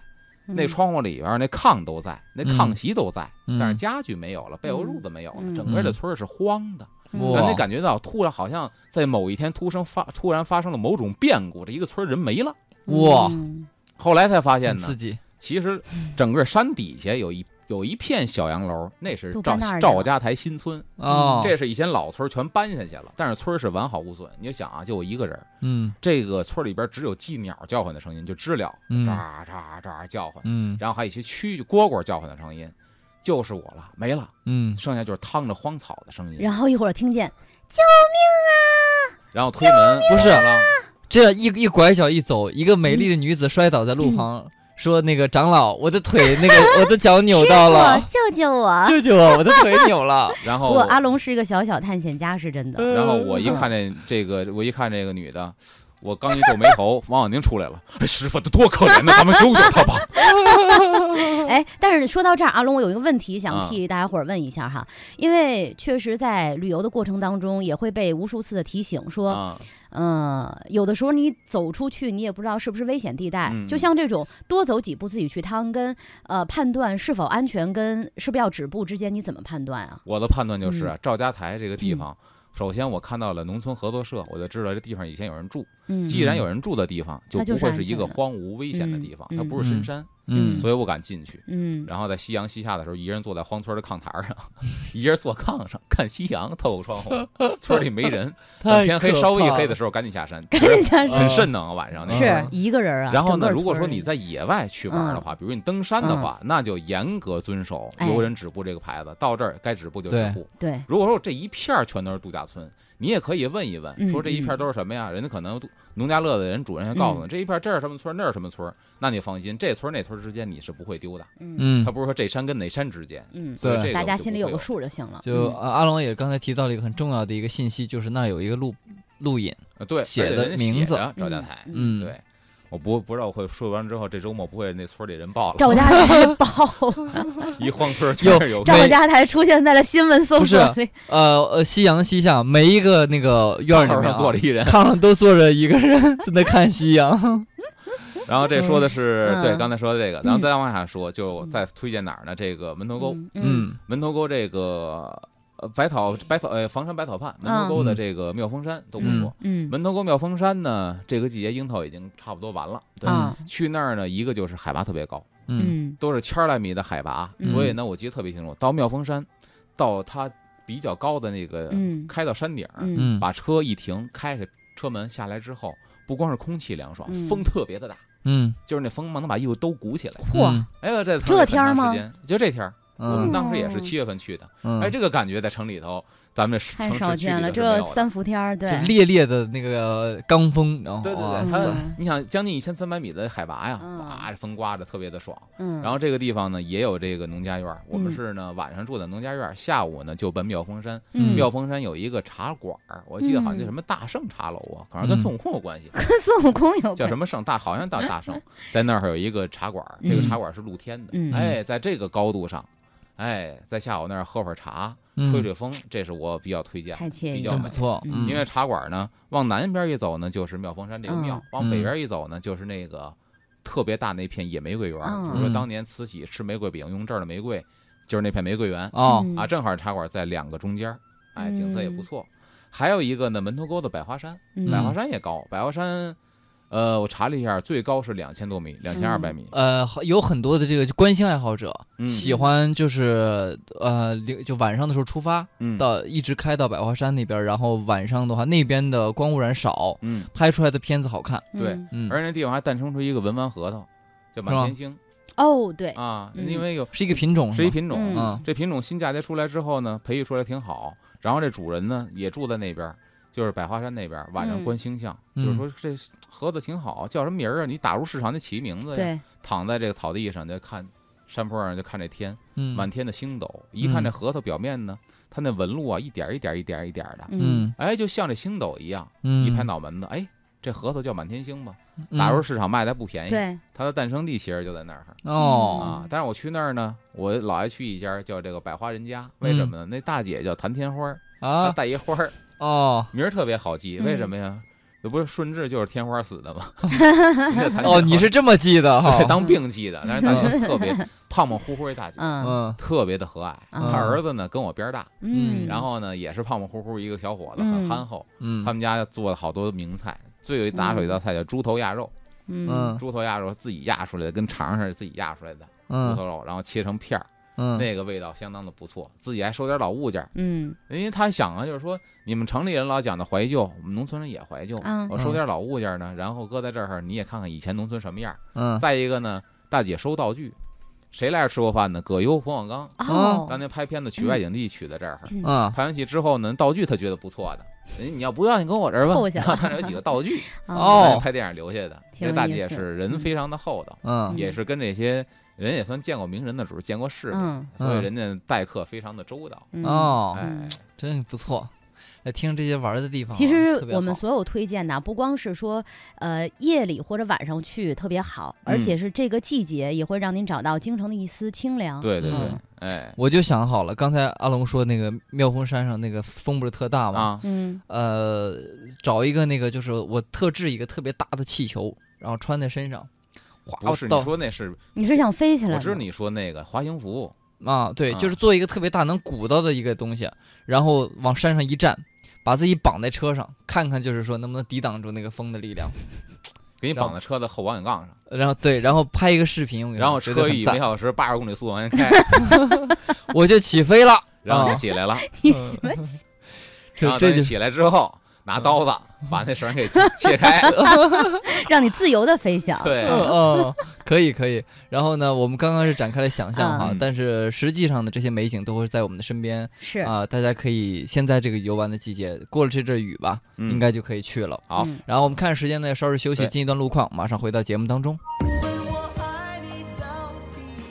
[SPEAKER 1] 嗯
[SPEAKER 3] 那窗户里边儿那炕都在，那炕席都在，
[SPEAKER 2] 嗯
[SPEAKER 3] 但是家具没有了，被窝褥子没有
[SPEAKER 1] 嗯
[SPEAKER 3] 了，整个这村儿是荒的。
[SPEAKER 1] 嗯
[SPEAKER 2] 哇
[SPEAKER 3] 让你感觉到突然好像在某一天突生发突然发生了某种变故，这一个村儿人没了。
[SPEAKER 2] 哇
[SPEAKER 1] 嗯
[SPEAKER 3] 后来才发现
[SPEAKER 2] 很刺
[SPEAKER 3] 呢，
[SPEAKER 2] 激，
[SPEAKER 3] 其实整个山底下有一有一片小洋楼，那是
[SPEAKER 1] 都
[SPEAKER 3] 赵
[SPEAKER 1] 搬那儿去了
[SPEAKER 3] 赵家台新村，
[SPEAKER 2] 哦，
[SPEAKER 3] 嗯这是以前老村儿全搬下去了，但是村儿是完好无损。你就想啊，就我一个人儿，
[SPEAKER 2] 嗯
[SPEAKER 3] 这个村儿里边只有鸡鸟叫唤的声音，就知了
[SPEAKER 2] 嗯
[SPEAKER 3] 喳喳喳叫唤，
[SPEAKER 2] 嗯
[SPEAKER 3] 然后还有一些蛐蛐蝈蝈叫唤的声音，就是我了，没了，
[SPEAKER 2] 嗯
[SPEAKER 3] 剩下就是趟着荒草的声音，
[SPEAKER 1] 然后一会儿听见，
[SPEAKER 3] 然后推门，
[SPEAKER 2] 不是
[SPEAKER 3] 完
[SPEAKER 1] 啊
[SPEAKER 3] 了
[SPEAKER 2] 这样一一拐脚一走，一个美丽的女子摔倒在路旁，说：“那个长老，我的腿那个我的脚扭到
[SPEAKER 1] 我 [laughs]
[SPEAKER 2] 了，
[SPEAKER 1] 救救
[SPEAKER 3] [laughs]
[SPEAKER 1] 我！
[SPEAKER 2] 舅舅，我的腿扭了。
[SPEAKER 3] 然
[SPEAKER 1] 不
[SPEAKER 3] 后
[SPEAKER 1] 过阿龙是一个小小探险家，是真的。
[SPEAKER 3] [laughs] 然后我
[SPEAKER 1] 嗯
[SPEAKER 3] 一看这这个，我一看这个女的，我刚一皱眉头，王小宁出来了，哎，师傅，这多可怜呐，咱们救救
[SPEAKER 1] [laughs]
[SPEAKER 3] 她吧。
[SPEAKER 1] 哎，但是说到这儿，阿龙，我有一个问题想
[SPEAKER 3] 啊
[SPEAKER 1] 替大家伙儿问一下哈，因为确实在旅游的过程当中，也会被无数次的提醒说，
[SPEAKER 3] 啊，
[SPEAKER 1] 嗯，有的时候你走出去，你也不知道是不是危险地带。
[SPEAKER 3] 嗯
[SPEAKER 1] 就像这种多走几步自己去趟，跟呃判断是否安全跟是不是要止步之间，你怎么判断啊？
[SPEAKER 3] 我的判断就是啊赵家台这个
[SPEAKER 1] 嗯
[SPEAKER 3] 地方。首先，我看到了农村合作社，我就知道这地方以前有人住。
[SPEAKER 1] 嗯
[SPEAKER 3] 既然有人住的地方，就
[SPEAKER 1] 它就
[SPEAKER 3] 不
[SPEAKER 1] 是
[SPEAKER 3] 会
[SPEAKER 1] 安
[SPEAKER 3] 是一
[SPEAKER 1] 全
[SPEAKER 3] 个
[SPEAKER 1] 的
[SPEAKER 3] 荒芜危险的地方，
[SPEAKER 1] 嗯
[SPEAKER 3] 它不
[SPEAKER 2] 嗯
[SPEAKER 3] 是深山，”
[SPEAKER 2] 嗯
[SPEAKER 3] 所以我敢进去。
[SPEAKER 1] 嗯
[SPEAKER 3] 然后在夕阳西下的时候，一人坐在荒村的炕台上，一人坐炕上看夕阳，透
[SPEAKER 1] [laughs]
[SPEAKER 3] 过窗户，村里没人。等天黑稍微一黑的时候，赶紧下山，
[SPEAKER 1] [laughs] 赶紧下
[SPEAKER 2] 山
[SPEAKER 3] 很慎能啊，晚上那
[SPEAKER 1] 是、
[SPEAKER 3] 时候
[SPEAKER 2] 嗯
[SPEAKER 1] 一个人儿啊。
[SPEAKER 3] 然后
[SPEAKER 1] 整
[SPEAKER 3] 呢，
[SPEAKER 1] 个
[SPEAKER 3] 如果说
[SPEAKER 1] 村儿
[SPEAKER 3] 你
[SPEAKER 1] 里
[SPEAKER 3] 在野外去玩儿的话，比如你登山的话，那就严格遵守
[SPEAKER 1] 哎
[SPEAKER 3] 游人止步这个牌子，到这儿该止步就
[SPEAKER 2] 对
[SPEAKER 3] 止步。
[SPEAKER 1] 对，
[SPEAKER 3] 如果说这一片儿全都是度假村，你也可以问一问，
[SPEAKER 1] 嗯
[SPEAKER 3] 说这一片儿都是什么呀？人家可能农家乐的人主人还告诉你，这一片儿这是什么村，那是什么村，那你放心，这村儿那村儿之间你是不会丢的。
[SPEAKER 1] 嗯
[SPEAKER 2] 嗯
[SPEAKER 3] 他，不是说这山跟那山之间，
[SPEAKER 1] 嗯，
[SPEAKER 3] 所以
[SPEAKER 2] 对
[SPEAKER 3] 这个
[SPEAKER 1] 大家
[SPEAKER 3] 我就
[SPEAKER 1] 心里
[SPEAKER 3] 不
[SPEAKER 1] 有
[SPEAKER 3] 会
[SPEAKER 1] 个数就行了。
[SPEAKER 2] 就
[SPEAKER 1] 嗯
[SPEAKER 2] 啊阿龙也刚才提到了一个很重要的一个信息，就是那儿有一个录录影，
[SPEAKER 3] 呃对，
[SPEAKER 2] 写
[SPEAKER 3] 而且
[SPEAKER 2] 的
[SPEAKER 3] 人家
[SPEAKER 2] 名字
[SPEAKER 3] 写着赵家台，
[SPEAKER 2] 嗯，
[SPEAKER 3] 对，。我不不知道我会说完之后，这周末不会那村里人报了，
[SPEAKER 1] 赵家台爆，
[SPEAKER 3] 一荒村儿全是有
[SPEAKER 1] 赵家台出现在了新闻搜
[SPEAKER 2] 不是
[SPEAKER 1] 索里。
[SPEAKER 2] 呃呃，夕阳西下，每一个那个院儿
[SPEAKER 3] 炕
[SPEAKER 2] 里
[SPEAKER 3] 头
[SPEAKER 2] 面
[SPEAKER 3] 上
[SPEAKER 2] 啊
[SPEAKER 3] 坐着一人，
[SPEAKER 2] 炕上都坐着一个人 [laughs] 在那看夕阳。
[SPEAKER 3] 然后这说的是、
[SPEAKER 1] 嗯
[SPEAKER 3] 对
[SPEAKER 1] 嗯
[SPEAKER 3] 刚才说的这个，然后再往下说，就再推荐哪儿呢？这个门头沟，
[SPEAKER 1] 嗯嗯
[SPEAKER 2] 嗯
[SPEAKER 3] 门头沟这个呃百草百草呃房山百草畔，门头沟的这个妙峰山都不错。
[SPEAKER 1] 嗯
[SPEAKER 3] 门头沟妙峰山呢，这个季节樱桃已经差不多完了。对，
[SPEAKER 1] 啊
[SPEAKER 3] 去那儿呢，一个就是海拔特别高，
[SPEAKER 2] 嗯
[SPEAKER 1] 嗯
[SPEAKER 3] 都是千来米的海拔，
[SPEAKER 1] 嗯
[SPEAKER 3] 所以呢，我记得特别清楚，到妙峰山，到它比较高的那个，
[SPEAKER 1] 嗯
[SPEAKER 3] 开到山顶，
[SPEAKER 1] 嗯
[SPEAKER 2] 嗯，
[SPEAKER 3] 把车一停，开开车门下来之后，不光是空气凉爽，
[SPEAKER 1] 嗯
[SPEAKER 3] 风特别的大。
[SPEAKER 2] 嗯，
[SPEAKER 3] 就是那风嘛，能把衣服都鼓起来。
[SPEAKER 1] 嚯
[SPEAKER 2] 嗯，
[SPEAKER 3] 哎呦，这
[SPEAKER 1] 这天儿
[SPEAKER 3] 儿
[SPEAKER 1] 吗？
[SPEAKER 3] 就这天儿，我们
[SPEAKER 2] 嗯
[SPEAKER 3] 当时也是七月份去的。
[SPEAKER 2] 嗯，
[SPEAKER 3] 哎，这个感觉在城里头，咱们这
[SPEAKER 1] 太
[SPEAKER 3] 城
[SPEAKER 1] 少
[SPEAKER 3] 市区
[SPEAKER 1] 见
[SPEAKER 3] 里
[SPEAKER 1] 了，
[SPEAKER 3] 头是没
[SPEAKER 1] 这
[SPEAKER 3] 有的。
[SPEAKER 1] 三伏天儿，对
[SPEAKER 2] 就，烈烈的那个罡风，然后
[SPEAKER 3] 对对
[SPEAKER 2] 哇
[SPEAKER 3] 对，
[SPEAKER 2] 塞
[SPEAKER 1] 嗯
[SPEAKER 3] 它你想将近一千三百米的海拔呀，
[SPEAKER 1] 嗯
[SPEAKER 3] 哇，这风刮着特别的爽。
[SPEAKER 1] 嗯，
[SPEAKER 3] 然后这个地方呢也有这个农家院儿，我
[SPEAKER 1] 嗯
[SPEAKER 3] 们是呢晚上住的农家院儿，下午呢就奔妙峰山。
[SPEAKER 1] 嗯
[SPEAKER 3] 妙峰山有一个茶馆儿，我记得好像叫什么大圣茶楼啊，好像跟
[SPEAKER 2] 嗯
[SPEAKER 3] 孙悟空有关系，
[SPEAKER 1] [laughs] 跟孙悟空有
[SPEAKER 3] 叫
[SPEAKER 1] 关
[SPEAKER 3] 什么圣大，好像
[SPEAKER 1] [laughs]
[SPEAKER 3] 叫哎大圣，在那儿有一个茶馆儿，这个茶馆儿是露天的
[SPEAKER 1] 嗯，
[SPEAKER 3] 哎，在这个高度上，哎，在下午那儿喝会儿茶，
[SPEAKER 2] 嗯
[SPEAKER 3] 吹吹风，这是我比较推荐的。
[SPEAKER 1] 太惬
[SPEAKER 3] 比
[SPEAKER 1] 意
[SPEAKER 3] 较
[SPEAKER 2] 真不
[SPEAKER 1] 了。
[SPEAKER 2] 错，
[SPEAKER 1] 嗯
[SPEAKER 3] 因为茶馆呢，往南边一走呢，就是妙峰山这个庙；
[SPEAKER 1] 嗯
[SPEAKER 3] 往北边一走呢，就是那个特别大那片野玫瑰园。
[SPEAKER 1] 嗯
[SPEAKER 3] 比如说当年慈禧吃玫瑰饼用这儿的玫瑰，就是那片玫瑰园、
[SPEAKER 2] 哦，
[SPEAKER 1] 嗯
[SPEAKER 3] 啊。正好茶馆在两个中间，哎，景色也不错。还有一个呢，门头沟的百花山，
[SPEAKER 1] 嗯
[SPEAKER 3] 百花山也高，百花山。呃，我查了一下，最高是两千多米，两千二百
[SPEAKER 1] 嗯
[SPEAKER 3] 米。
[SPEAKER 2] 呃，好有很多的这个观星爱好者
[SPEAKER 3] 嗯
[SPEAKER 2] 喜欢就是呃，零就晚上的时候出发
[SPEAKER 3] 嗯
[SPEAKER 2] 到一直开到百花山那边，然后晚上的话那边的光污染少，
[SPEAKER 3] 嗯，
[SPEAKER 2] 拍出来的片子好看。
[SPEAKER 3] 对
[SPEAKER 1] 嗯
[SPEAKER 2] 嗯，
[SPEAKER 3] 而那地方还诞生出一个文玩核桃，叫
[SPEAKER 2] 是
[SPEAKER 3] 满
[SPEAKER 2] 吗
[SPEAKER 3] 天星
[SPEAKER 1] 哦，对，
[SPEAKER 3] 啊，
[SPEAKER 1] 嗯
[SPEAKER 3] 因为有
[SPEAKER 2] 是一个品种，
[SPEAKER 3] 是一
[SPEAKER 2] 吗
[SPEAKER 3] 品种，啊
[SPEAKER 1] 嗯
[SPEAKER 2] 嗯
[SPEAKER 3] 这品种新嫁接出来之后呢，培育出来挺好。然后这主人呢也住在那边儿，就是百花山那边儿，晚上
[SPEAKER 1] 嗯
[SPEAKER 3] 观星象，
[SPEAKER 2] 嗯
[SPEAKER 3] 就是说这盒子挺好，叫什么名儿啊？你打入市场得起名字呀。
[SPEAKER 1] 对，
[SPEAKER 3] 躺在这个草地上就看山坡上就看这天，
[SPEAKER 2] 嗯
[SPEAKER 3] 满天的星斗。一看
[SPEAKER 2] 嗯
[SPEAKER 3] 这核桃表面呢，它那纹路啊，一点儿一点儿一点儿一点儿的，
[SPEAKER 1] 嗯
[SPEAKER 2] 嗯
[SPEAKER 3] 哎，就像这星斗一样，
[SPEAKER 2] 嗯，
[SPEAKER 3] 一拍脑门子，哎，这核桃叫满天星吧？
[SPEAKER 2] 嗯
[SPEAKER 3] 打入市场卖的还不便宜，
[SPEAKER 1] 对，
[SPEAKER 3] 它的诞生地其实就在那儿。
[SPEAKER 2] 哦，
[SPEAKER 1] 嗯
[SPEAKER 3] 啊，但是我去那儿呢，我老爱去一家叫这个百花人家，为什么
[SPEAKER 1] 嗯
[SPEAKER 3] 呢？那大姐叫谭天花儿，她
[SPEAKER 2] 啊
[SPEAKER 3] 带一花儿，
[SPEAKER 2] 哦
[SPEAKER 3] 名儿特别好记，
[SPEAKER 1] 嗯
[SPEAKER 3] 为什么呀？这不是顺治就是天花死
[SPEAKER 1] [laughs]
[SPEAKER 3] 的吗？
[SPEAKER 2] 哦，
[SPEAKER 3] 哦
[SPEAKER 2] 你是哦这么记的哈
[SPEAKER 3] 对？当病记的，但是大姐特别 [laughs] 胖胖乎乎一大姐，
[SPEAKER 1] 嗯
[SPEAKER 2] 嗯
[SPEAKER 3] 特别的和蔼。
[SPEAKER 1] 嗯
[SPEAKER 3] 她儿子呢跟我边儿大，
[SPEAKER 1] 嗯，
[SPEAKER 3] 然后呢也是胖胖乎乎一个小伙子，
[SPEAKER 1] 嗯
[SPEAKER 3] 很憨厚。
[SPEAKER 2] 嗯，
[SPEAKER 3] 他们家做了好多名菜，最有一拿手一道菜叫猪头鸭肉，
[SPEAKER 1] 嗯
[SPEAKER 2] 嗯
[SPEAKER 3] 猪头鸭肉自己压出来的，跟肠上是自己压出来的猪
[SPEAKER 2] 嗯
[SPEAKER 3] 头肉，然后切成片儿。
[SPEAKER 2] 嗯
[SPEAKER 3] 那个味道相当的不错，自己还收点老物件儿，
[SPEAKER 1] 嗯
[SPEAKER 3] 因为他想啊，就是说你们城里人老讲的怀旧，我们农村人也怀旧，
[SPEAKER 1] 嗯
[SPEAKER 3] 我收点老物件儿呢，然后搁在这儿，你也看看以前农村什么样儿。
[SPEAKER 2] 嗯
[SPEAKER 3] 再一个呢，大姐收道具，谁来这儿吃过饭呢？葛优、冯小啊刚，当
[SPEAKER 1] 哦，
[SPEAKER 3] 年拍片子取外景地取的这儿，
[SPEAKER 2] 啊
[SPEAKER 3] 拍完戏之后呢，道具他觉得不错的，哎你要不要你跟我这儿吧，
[SPEAKER 1] 扣下
[SPEAKER 3] 然后他那有几个道具，
[SPEAKER 2] 哦
[SPEAKER 3] 当年拍电影留下的，
[SPEAKER 1] 挺有
[SPEAKER 3] 因为大
[SPEAKER 1] 意
[SPEAKER 3] 姐
[SPEAKER 1] 思
[SPEAKER 3] 是人非常的厚道，
[SPEAKER 2] 嗯
[SPEAKER 3] 也是跟这些人也算见过名人的主儿，见过世面。
[SPEAKER 1] 嗯
[SPEAKER 3] 所以
[SPEAKER 2] 嗯
[SPEAKER 3] 人家待客非常的周到。
[SPEAKER 1] 嗯，
[SPEAKER 2] 哦，
[SPEAKER 3] 哎，
[SPEAKER 2] 真不错。来听这些玩儿的地方啊，
[SPEAKER 1] 其实
[SPEAKER 3] 哦
[SPEAKER 2] 特别
[SPEAKER 1] 我们
[SPEAKER 2] 好
[SPEAKER 1] 所有推荐的啊，不光是说，呃，夜里或者晚上去特别好，
[SPEAKER 3] 嗯
[SPEAKER 1] 而且是这个季节也会让您找到京城的一丝清凉。
[SPEAKER 3] 对对对
[SPEAKER 1] 嗯，
[SPEAKER 3] 哎
[SPEAKER 2] 我就想好了，刚才阿龙说那个妙峰山上那个风不是特大吗？
[SPEAKER 3] 啊，
[SPEAKER 1] 嗯，
[SPEAKER 2] 呃，找一个那个就是我特制一个特别大的气球，然后穿在身上，哗
[SPEAKER 3] 不是你
[SPEAKER 2] 到
[SPEAKER 3] 说那是，
[SPEAKER 1] 你是想飞起来？
[SPEAKER 3] 我知道，你说那个滑行服，
[SPEAKER 2] 啊，对，
[SPEAKER 3] 啊
[SPEAKER 2] 就是做一个特别大能鼓捣的一个东西，然后往山上一站，把自己绑在车上，看看就是说能不能抵挡住那个风的力量。
[SPEAKER 3] 给你
[SPEAKER 2] 然后
[SPEAKER 3] 绑在车的后保险杠上，
[SPEAKER 2] 然后对，然后拍一个视频，我跟你
[SPEAKER 3] 然后
[SPEAKER 2] 说觉
[SPEAKER 3] 车
[SPEAKER 2] 得
[SPEAKER 3] 以
[SPEAKER 2] 很
[SPEAKER 3] 每
[SPEAKER 2] 赞，
[SPEAKER 3] 小时八十公里速度往前
[SPEAKER 2] [laughs]
[SPEAKER 3] 开，
[SPEAKER 2] 我就起飞了，
[SPEAKER 3] 然后你嗯
[SPEAKER 2] 啊
[SPEAKER 3] 就起来了，
[SPEAKER 1] [laughs] 你什么？
[SPEAKER 3] 然
[SPEAKER 2] 这
[SPEAKER 3] 后
[SPEAKER 2] 这
[SPEAKER 3] 等你
[SPEAKER 2] 就
[SPEAKER 3] 起来之后，拿刀子把那绳
[SPEAKER 2] [laughs]
[SPEAKER 3] 给切切开，
[SPEAKER 1] 让你自由的飞翔。
[SPEAKER 3] [laughs] 对
[SPEAKER 2] 嗯嗯，可以可以。然后呢，我们刚刚是展开了想象哈，
[SPEAKER 3] 嗯
[SPEAKER 2] 但是实际上呢，这些美景都会在我们的身边
[SPEAKER 1] 是，
[SPEAKER 2] 啊、大家可以现在这个游玩的季节，过了这阵雨吧，
[SPEAKER 3] 嗯
[SPEAKER 2] 应该就可以去了。
[SPEAKER 3] 好，
[SPEAKER 1] 嗯
[SPEAKER 2] 然后我们看时间呢，稍事休息，
[SPEAKER 3] 对
[SPEAKER 2] 进一段路况，马上回到节目当中。
[SPEAKER 4] 我爱你到底。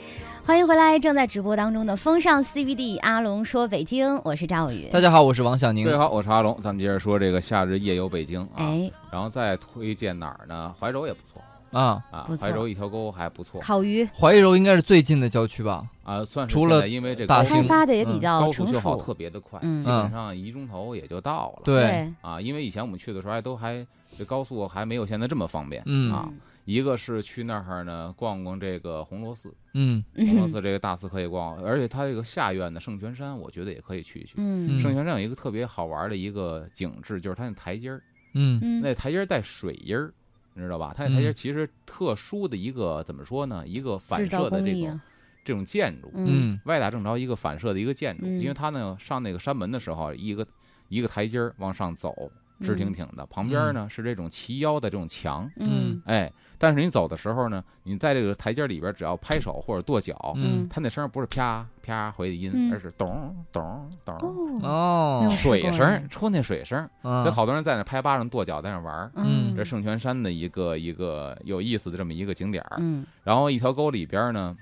[SPEAKER 1] 欢迎回来，正在直播当中的风尚 CBD，阿龙说北京，我是赵宇。
[SPEAKER 2] 大家好，我是王小宁
[SPEAKER 3] 各。位好，我是阿龙，咱们接着说这个夏日夜游北京啊，
[SPEAKER 1] 哎，
[SPEAKER 3] 然后再推荐哪儿呢？怀柔也不错
[SPEAKER 2] 啊，
[SPEAKER 3] 啊
[SPEAKER 1] 不，错
[SPEAKER 3] 怀柔一条沟还不错
[SPEAKER 1] 烤鱼
[SPEAKER 2] 怀柔应该是最近的郊区吧？
[SPEAKER 3] 啊，算是
[SPEAKER 2] 除
[SPEAKER 3] 现在
[SPEAKER 2] 了
[SPEAKER 3] 因为这
[SPEAKER 2] 大
[SPEAKER 3] 高
[SPEAKER 2] 兴
[SPEAKER 1] 开
[SPEAKER 3] 速
[SPEAKER 1] 发的也
[SPEAKER 2] 嗯
[SPEAKER 1] 比较
[SPEAKER 3] 高速
[SPEAKER 1] 哦成
[SPEAKER 3] 修好
[SPEAKER 1] 熟
[SPEAKER 3] 特。别的快，
[SPEAKER 1] 嗯
[SPEAKER 3] 基本上一钟头也就到了。
[SPEAKER 2] 对，，
[SPEAKER 3] 啊，因为以前我们去的时候还都还这高速还没有现在这么方便。
[SPEAKER 2] 嗯
[SPEAKER 3] 啊，一个是去那儿呢逛逛这个红螺寺，
[SPEAKER 2] 嗯
[SPEAKER 3] 红螺
[SPEAKER 1] 嗯
[SPEAKER 3] 寺这个大寺可以逛，而且它这个下院的圣泉山，我觉得也可以去一去。
[SPEAKER 1] 嗯
[SPEAKER 3] 圣泉山有一个特别好玩的一个景致，就是它那台阶儿，
[SPEAKER 2] 嗯
[SPEAKER 1] 嗯，
[SPEAKER 3] 那台阶儿带水印儿，你知道吧？它那台阶
[SPEAKER 2] 嗯
[SPEAKER 3] 儿其实特殊的一个怎么说呢？一个反
[SPEAKER 1] 制造
[SPEAKER 3] 射的
[SPEAKER 1] 工
[SPEAKER 3] 这
[SPEAKER 1] 艺
[SPEAKER 3] 种
[SPEAKER 1] 啊，
[SPEAKER 3] 这种建筑，
[SPEAKER 1] 嗯
[SPEAKER 2] 嗯
[SPEAKER 3] 歪打正着一个反射的一个建筑，
[SPEAKER 1] 嗯
[SPEAKER 3] 因为它呢上那个山门的时候，一个一个台阶儿往上走，嗯直挺挺的，旁
[SPEAKER 2] 嗯
[SPEAKER 3] 边呢是这种齐腰的这种墙，
[SPEAKER 1] 嗯
[SPEAKER 3] 哎，但是你走的时候呢，你在这个台阶里边只要拍手或者跺脚，
[SPEAKER 2] 嗯
[SPEAKER 3] 它那声儿不是啪啪回的音，
[SPEAKER 1] 嗯
[SPEAKER 3] 而是咚咚咚。
[SPEAKER 1] 哦，
[SPEAKER 2] 哦
[SPEAKER 1] 没有
[SPEAKER 3] 水声
[SPEAKER 1] 试过哎
[SPEAKER 3] 儿，出那水声儿，
[SPEAKER 2] 啊
[SPEAKER 3] 所以好多人在那拍巴掌、跺脚，在那玩儿。
[SPEAKER 2] 嗯
[SPEAKER 3] 这圣泉山的一个一个有意思的这么一个景点儿。
[SPEAKER 1] 嗯
[SPEAKER 3] 然后一条沟里边儿呢，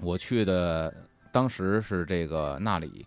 [SPEAKER 3] 我去的当时是这个那里，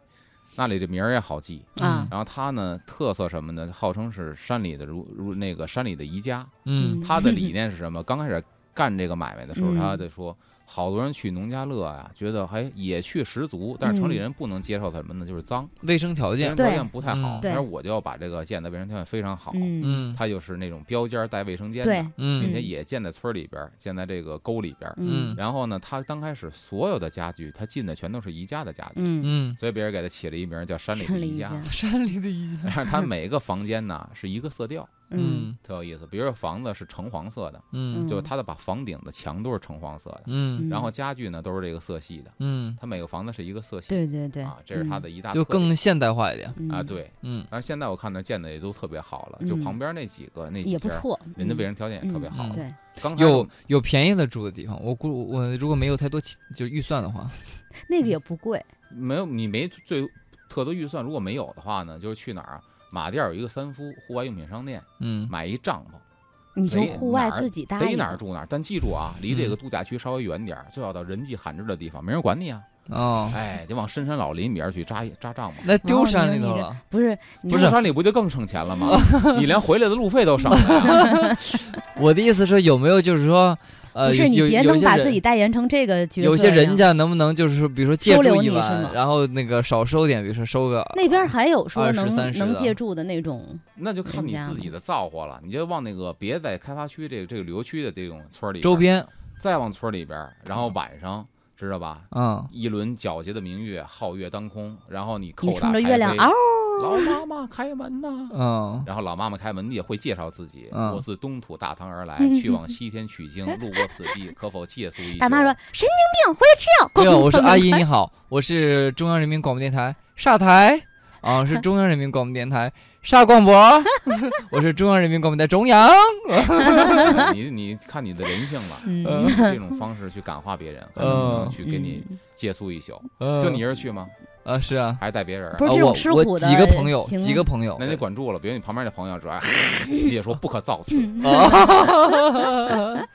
[SPEAKER 3] 那里这名儿也好记。
[SPEAKER 2] 嗯
[SPEAKER 1] 啊
[SPEAKER 3] 然后它呢特色什么呢？号称是山里的如如那个山里的宜家。
[SPEAKER 2] 嗯
[SPEAKER 1] [laughs]
[SPEAKER 3] 它的理念是什么？刚开始干这个买卖的时候，
[SPEAKER 1] 嗯
[SPEAKER 3] 他就说好多人去农家乐呀、觉得还野趣十足，但是城里人不能接受它什么呢？就是脏，
[SPEAKER 2] 卫生条
[SPEAKER 3] 卫
[SPEAKER 2] 件
[SPEAKER 3] 生，条
[SPEAKER 1] 嗯对
[SPEAKER 3] 件不太好
[SPEAKER 2] 嗯。
[SPEAKER 1] 对
[SPEAKER 3] 但是我就要把这个建的卫生条件非常好，
[SPEAKER 1] 嗯，
[SPEAKER 2] 嗯
[SPEAKER 3] 它就是那种标间儿带卫生间的，
[SPEAKER 1] 对，
[SPEAKER 2] 嗯
[SPEAKER 3] 并
[SPEAKER 1] 嗯
[SPEAKER 3] 且也建在村儿里边儿，建在这个沟里边儿。
[SPEAKER 1] [laughs] 嗯
[SPEAKER 3] 然后呢，它刚开始所有的家具，它进的全都是宜家的家具，
[SPEAKER 1] 嗯，
[SPEAKER 2] 嗯，
[SPEAKER 3] 所以别人给它起了一名叫“山里的
[SPEAKER 1] 山里
[SPEAKER 3] 宜
[SPEAKER 1] 一
[SPEAKER 3] 家
[SPEAKER 1] 家，
[SPEAKER 2] 山里的一
[SPEAKER 3] [laughs] 然
[SPEAKER 1] [laughs]
[SPEAKER 3] 后它每个房间呢是一个色调，
[SPEAKER 1] 嗯
[SPEAKER 3] 特有意思。比如说房子是橙黄色的，
[SPEAKER 2] 嗯
[SPEAKER 3] 就
[SPEAKER 1] 嗯
[SPEAKER 3] 它的把房顶的墙都是橙黄色的，
[SPEAKER 2] 嗯
[SPEAKER 1] 嗯
[SPEAKER 3] 然后家具呢都是这个色系的，
[SPEAKER 2] 嗯，
[SPEAKER 3] 它每个房子是一个色系
[SPEAKER 1] 对对嗯对
[SPEAKER 3] 啊，这是它的一大
[SPEAKER 2] 就
[SPEAKER 3] 特点
[SPEAKER 2] 更现代化一点，
[SPEAKER 3] 啊，对。
[SPEAKER 2] 嗯
[SPEAKER 3] 但是现在我看那建的也都特别好了，就
[SPEAKER 1] 嗯
[SPEAKER 3] 旁边那几个那
[SPEAKER 1] 嗯
[SPEAKER 3] 几
[SPEAKER 1] 也不
[SPEAKER 3] 家儿，
[SPEAKER 1] 错，
[SPEAKER 3] 人的
[SPEAKER 1] 嗯
[SPEAKER 3] 卫生条件也特别
[SPEAKER 1] 嗯
[SPEAKER 3] 好
[SPEAKER 1] 嗯
[SPEAKER 3] 了。
[SPEAKER 1] 对，
[SPEAKER 3] 刚开始
[SPEAKER 2] 有有便宜的住的地方，我估我如果没有太多起就预算的话，
[SPEAKER 1] 那个也不贵，
[SPEAKER 3] 没有你没最特多预算，如果没有的话呢，就是去哪儿啊？马甸儿有一个三夫户外用品商店，
[SPEAKER 2] 嗯
[SPEAKER 3] 买一帐篷，
[SPEAKER 1] 你就
[SPEAKER 3] 得
[SPEAKER 1] 户外
[SPEAKER 3] 哪儿
[SPEAKER 1] 自己搭
[SPEAKER 3] 逮
[SPEAKER 1] 一
[SPEAKER 3] 哪儿
[SPEAKER 1] 个
[SPEAKER 3] 住哪儿。但记住啊，离这个度假区稍微远点儿，最好到人迹罕至的地方，没人管你啊。
[SPEAKER 2] 哦，
[SPEAKER 3] 哎，就往深山老林里边去扎一扎帐篷。
[SPEAKER 2] 那丢
[SPEAKER 1] 哦
[SPEAKER 2] 山
[SPEAKER 1] 你
[SPEAKER 2] 里
[SPEAKER 1] 说
[SPEAKER 2] 头
[SPEAKER 1] 你这
[SPEAKER 2] 了，
[SPEAKER 1] 不是你
[SPEAKER 3] 不
[SPEAKER 1] 这
[SPEAKER 3] 是山里不就更省钱了吗？你连回来的路费都省了呀。
[SPEAKER 2] 我的意思是有没有就是说，呃，
[SPEAKER 1] 不是
[SPEAKER 2] 有
[SPEAKER 1] 你
[SPEAKER 2] 有
[SPEAKER 1] 别
[SPEAKER 2] 有
[SPEAKER 1] 能
[SPEAKER 2] 些
[SPEAKER 1] 把
[SPEAKER 2] 人
[SPEAKER 1] 自己代言成这个角色呀，
[SPEAKER 2] 有些人家能不能就是说，比如说借
[SPEAKER 1] 收留
[SPEAKER 2] 住一
[SPEAKER 1] 你是吗
[SPEAKER 2] 晚，然后那个少收点，比如说收个
[SPEAKER 1] 那边还有说
[SPEAKER 2] 20
[SPEAKER 1] 能
[SPEAKER 2] 30
[SPEAKER 1] 能
[SPEAKER 2] 的
[SPEAKER 1] 借助的那种，
[SPEAKER 3] 那就看你
[SPEAKER 1] 人家
[SPEAKER 3] 自己的造化了。你就往那个别在开发区这个这个旅游区的这种村儿里
[SPEAKER 2] 周，边，
[SPEAKER 3] 再往村儿里边儿，然后晚上知道吧？
[SPEAKER 2] 嗯，
[SPEAKER 3] 一轮皎洁的明月，皓月当空，然后你
[SPEAKER 1] 你
[SPEAKER 3] 叩
[SPEAKER 1] 冲
[SPEAKER 3] 打
[SPEAKER 1] 着
[SPEAKER 3] 开
[SPEAKER 1] 月亮
[SPEAKER 3] 扉
[SPEAKER 1] 嗷，
[SPEAKER 3] 老妈妈开
[SPEAKER 1] [laughs]
[SPEAKER 3] 门呐、
[SPEAKER 2] 嗯，
[SPEAKER 3] 然后老妈妈开门也会介绍自己，
[SPEAKER 2] 嗯
[SPEAKER 3] 我自东土大唐而来，
[SPEAKER 1] 嗯
[SPEAKER 3] 去往西天
[SPEAKER 1] [laughs]
[SPEAKER 3] 取经，路过此地，可否借宿一宿？
[SPEAKER 1] 大妈说神经病，回去吃药。
[SPEAKER 2] 没有，我说
[SPEAKER 1] 咣
[SPEAKER 2] 阿姨你好，我是中央人民广播电台厦台，
[SPEAKER 1] [laughs]
[SPEAKER 2] 啊，是中央人民广播电台厦广播， [laughs] 我是中央人民广播电台中央，
[SPEAKER 3] 哎你你看你的人性了，
[SPEAKER 1] [laughs] [laughs] 嗯
[SPEAKER 2] 呃
[SPEAKER 3] 你用这种方式去感化别人，看能不能去给你
[SPEAKER 1] 嗯嗯
[SPEAKER 3] 借宿一宿。
[SPEAKER 2] 呃
[SPEAKER 3] 就你一人去吗？
[SPEAKER 2] 啊，是啊，
[SPEAKER 3] 还是带别人啊？
[SPEAKER 1] 不是
[SPEAKER 2] 啊
[SPEAKER 1] 这种
[SPEAKER 2] 我
[SPEAKER 1] 吃
[SPEAKER 2] 我
[SPEAKER 1] 苦的
[SPEAKER 2] 几个朋友，
[SPEAKER 1] 行
[SPEAKER 2] 几个朋友，
[SPEAKER 3] 那你管住了，比如你旁边那朋友
[SPEAKER 1] [laughs]
[SPEAKER 3] 主要你也说不可造次，
[SPEAKER 1] 嗯
[SPEAKER 2] 啊，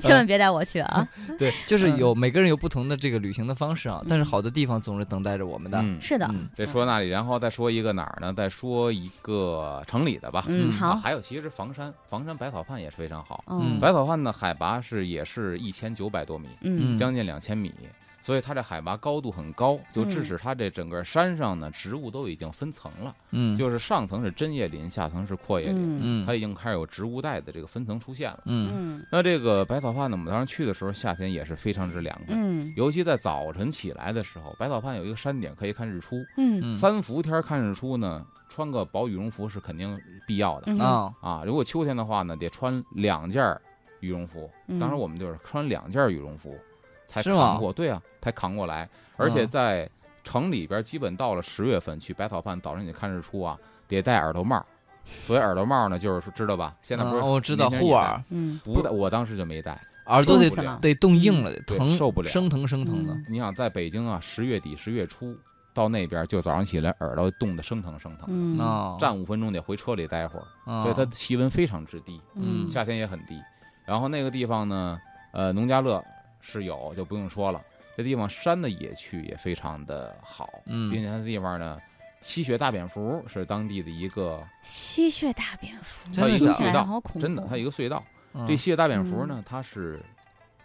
[SPEAKER 1] 千万别带我去啊！
[SPEAKER 2] 对， [laughs] 就是
[SPEAKER 1] 嗯
[SPEAKER 2] 有每个人有不同的这个旅行的方式啊，但是好的地方总是等待着我们的，
[SPEAKER 3] 嗯
[SPEAKER 1] 是的，
[SPEAKER 2] 嗯
[SPEAKER 3] 这说那里，然后再说一个哪儿呢？再说一个城里的吧。
[SPEAKER 1] 嗯，
[SPEAKER 2] 嗯
[SPEAKER 3] 啊，
[SPEAKER 1] 好，
[SPEAKER 3] 还有其实房山，房山百草畔也是非常好。
[SPEAKER 1] 嗯
[SPEAKER 3] 百草畔呢，海拔是也是一千九百多米，
[SPEAKER 1] 嗯
[SPEAKER 2] 嗯
[SPEAKER 3] 将近两千米，所以它这海拔高度很高，就致使它这整个山上呢，植物都已经分层了，
[SPEAKER 2] 嗯，
[SPEAKER 3] 就是上层是针叶林，下层是阔叶林，
[SPEAKER 1] 嗯
[SPEAKER 2] 嗯，
[SPEAKER 3] 它已经开始有植物带的这个分层出现了。
[SPEAKER 2] 嗯
[SPEAKER 1] 嗯
[SPEAKER 3] 那这个百草畔呢，我们当时去的时候，夏天也是非常之凉快。
[SPEAKER 1] 嗯
[SPEAKER 3] 尤其在早晨起来的时候，百草畔有一个山顶可以看日出。
[SPEAKER 1] 嗯
[SPEAKER 2] 嗯
[SPEAKER 3] 三伏天儿看日出呢，穿个薄羽绒服是肯定必要的
[SPEAKER 1] 嗯
[SPEAKER 2] 啊，
[SPEAKER 3] 啊。如果秋天的话呢，得穿两件儿羽绒服。
[SPEAKER 1] 嗯
[SPEAKER 3] 当时我们就是穿两件儿羽绒服才
[SPEAKER 2] 是吗
[SPEAKER 3] 扛过，对啊，才扛过来。而且
[SPEAKER 2] 嗯
[SPEAKER 3] 在城里边，基本到了十月份去百草畔早上你看日出啊，得戴耳朵帽儿。所以耳朵帽儿呢，就是说知道吧？现在不是、
[SPEAKER 2] 嗯我知道护耳，，
[SPEAKER 1] 嗯
[SPEAKER 3] 不戴，我当时就没戴，
[SPEAKER 2] 耳朵
[SPEAKER 1] 受不了
[SPEAKER 2] 得得冻硬了，得
[SPEAKER 3] 对
[SPEAKER 2] 疼，
[SPEAKER 3] 受不了
[SPEAKER 2] 生疼生疼的。
[SPEAKER 1] 嗯
[SPEAKER 3] 你想在北京啊，十月底十月初到那边，就早上起来耳朵冻得生疼生疼，
[SPEAKER 1] 嗯
[SPEAKER 2] 哦，
[SPEAKER 3] 站五分钟得回车里待会儿，
[SPEAKER 2] 哦，
[SPEAKER 3] 所以它气温非常之低，
[SPEAKER 1] 嗯
[SPEAKER 3] 夏天也很低。然后那个地方呢，呃，农家乐是有，就不用说了。这地方山的野趣也非常的好，
[SPEAKER 2] 嗯
[SPEAKER 3] 并且它地方呢，吸血大蝙蝠是当地的一个
[SPEAKER 1] 吸血大蝙蝠，
[SPEAKER 2] 它有一
[SPEAKER 1] 听
[SPEAKER 2] 个
[SPEAKER 1] 起
[SPEAKER 3] 隧
[SPEAKER 1] 来
[SPEAKER 3] 道
[SPEAKER 1] 好恐怖，
[SPEAKER 3] 真的，它有一个隧道。
[SPEAKER 2] 嗯
[SPEAKER 3] 这吸血大蝙蝠呢，它是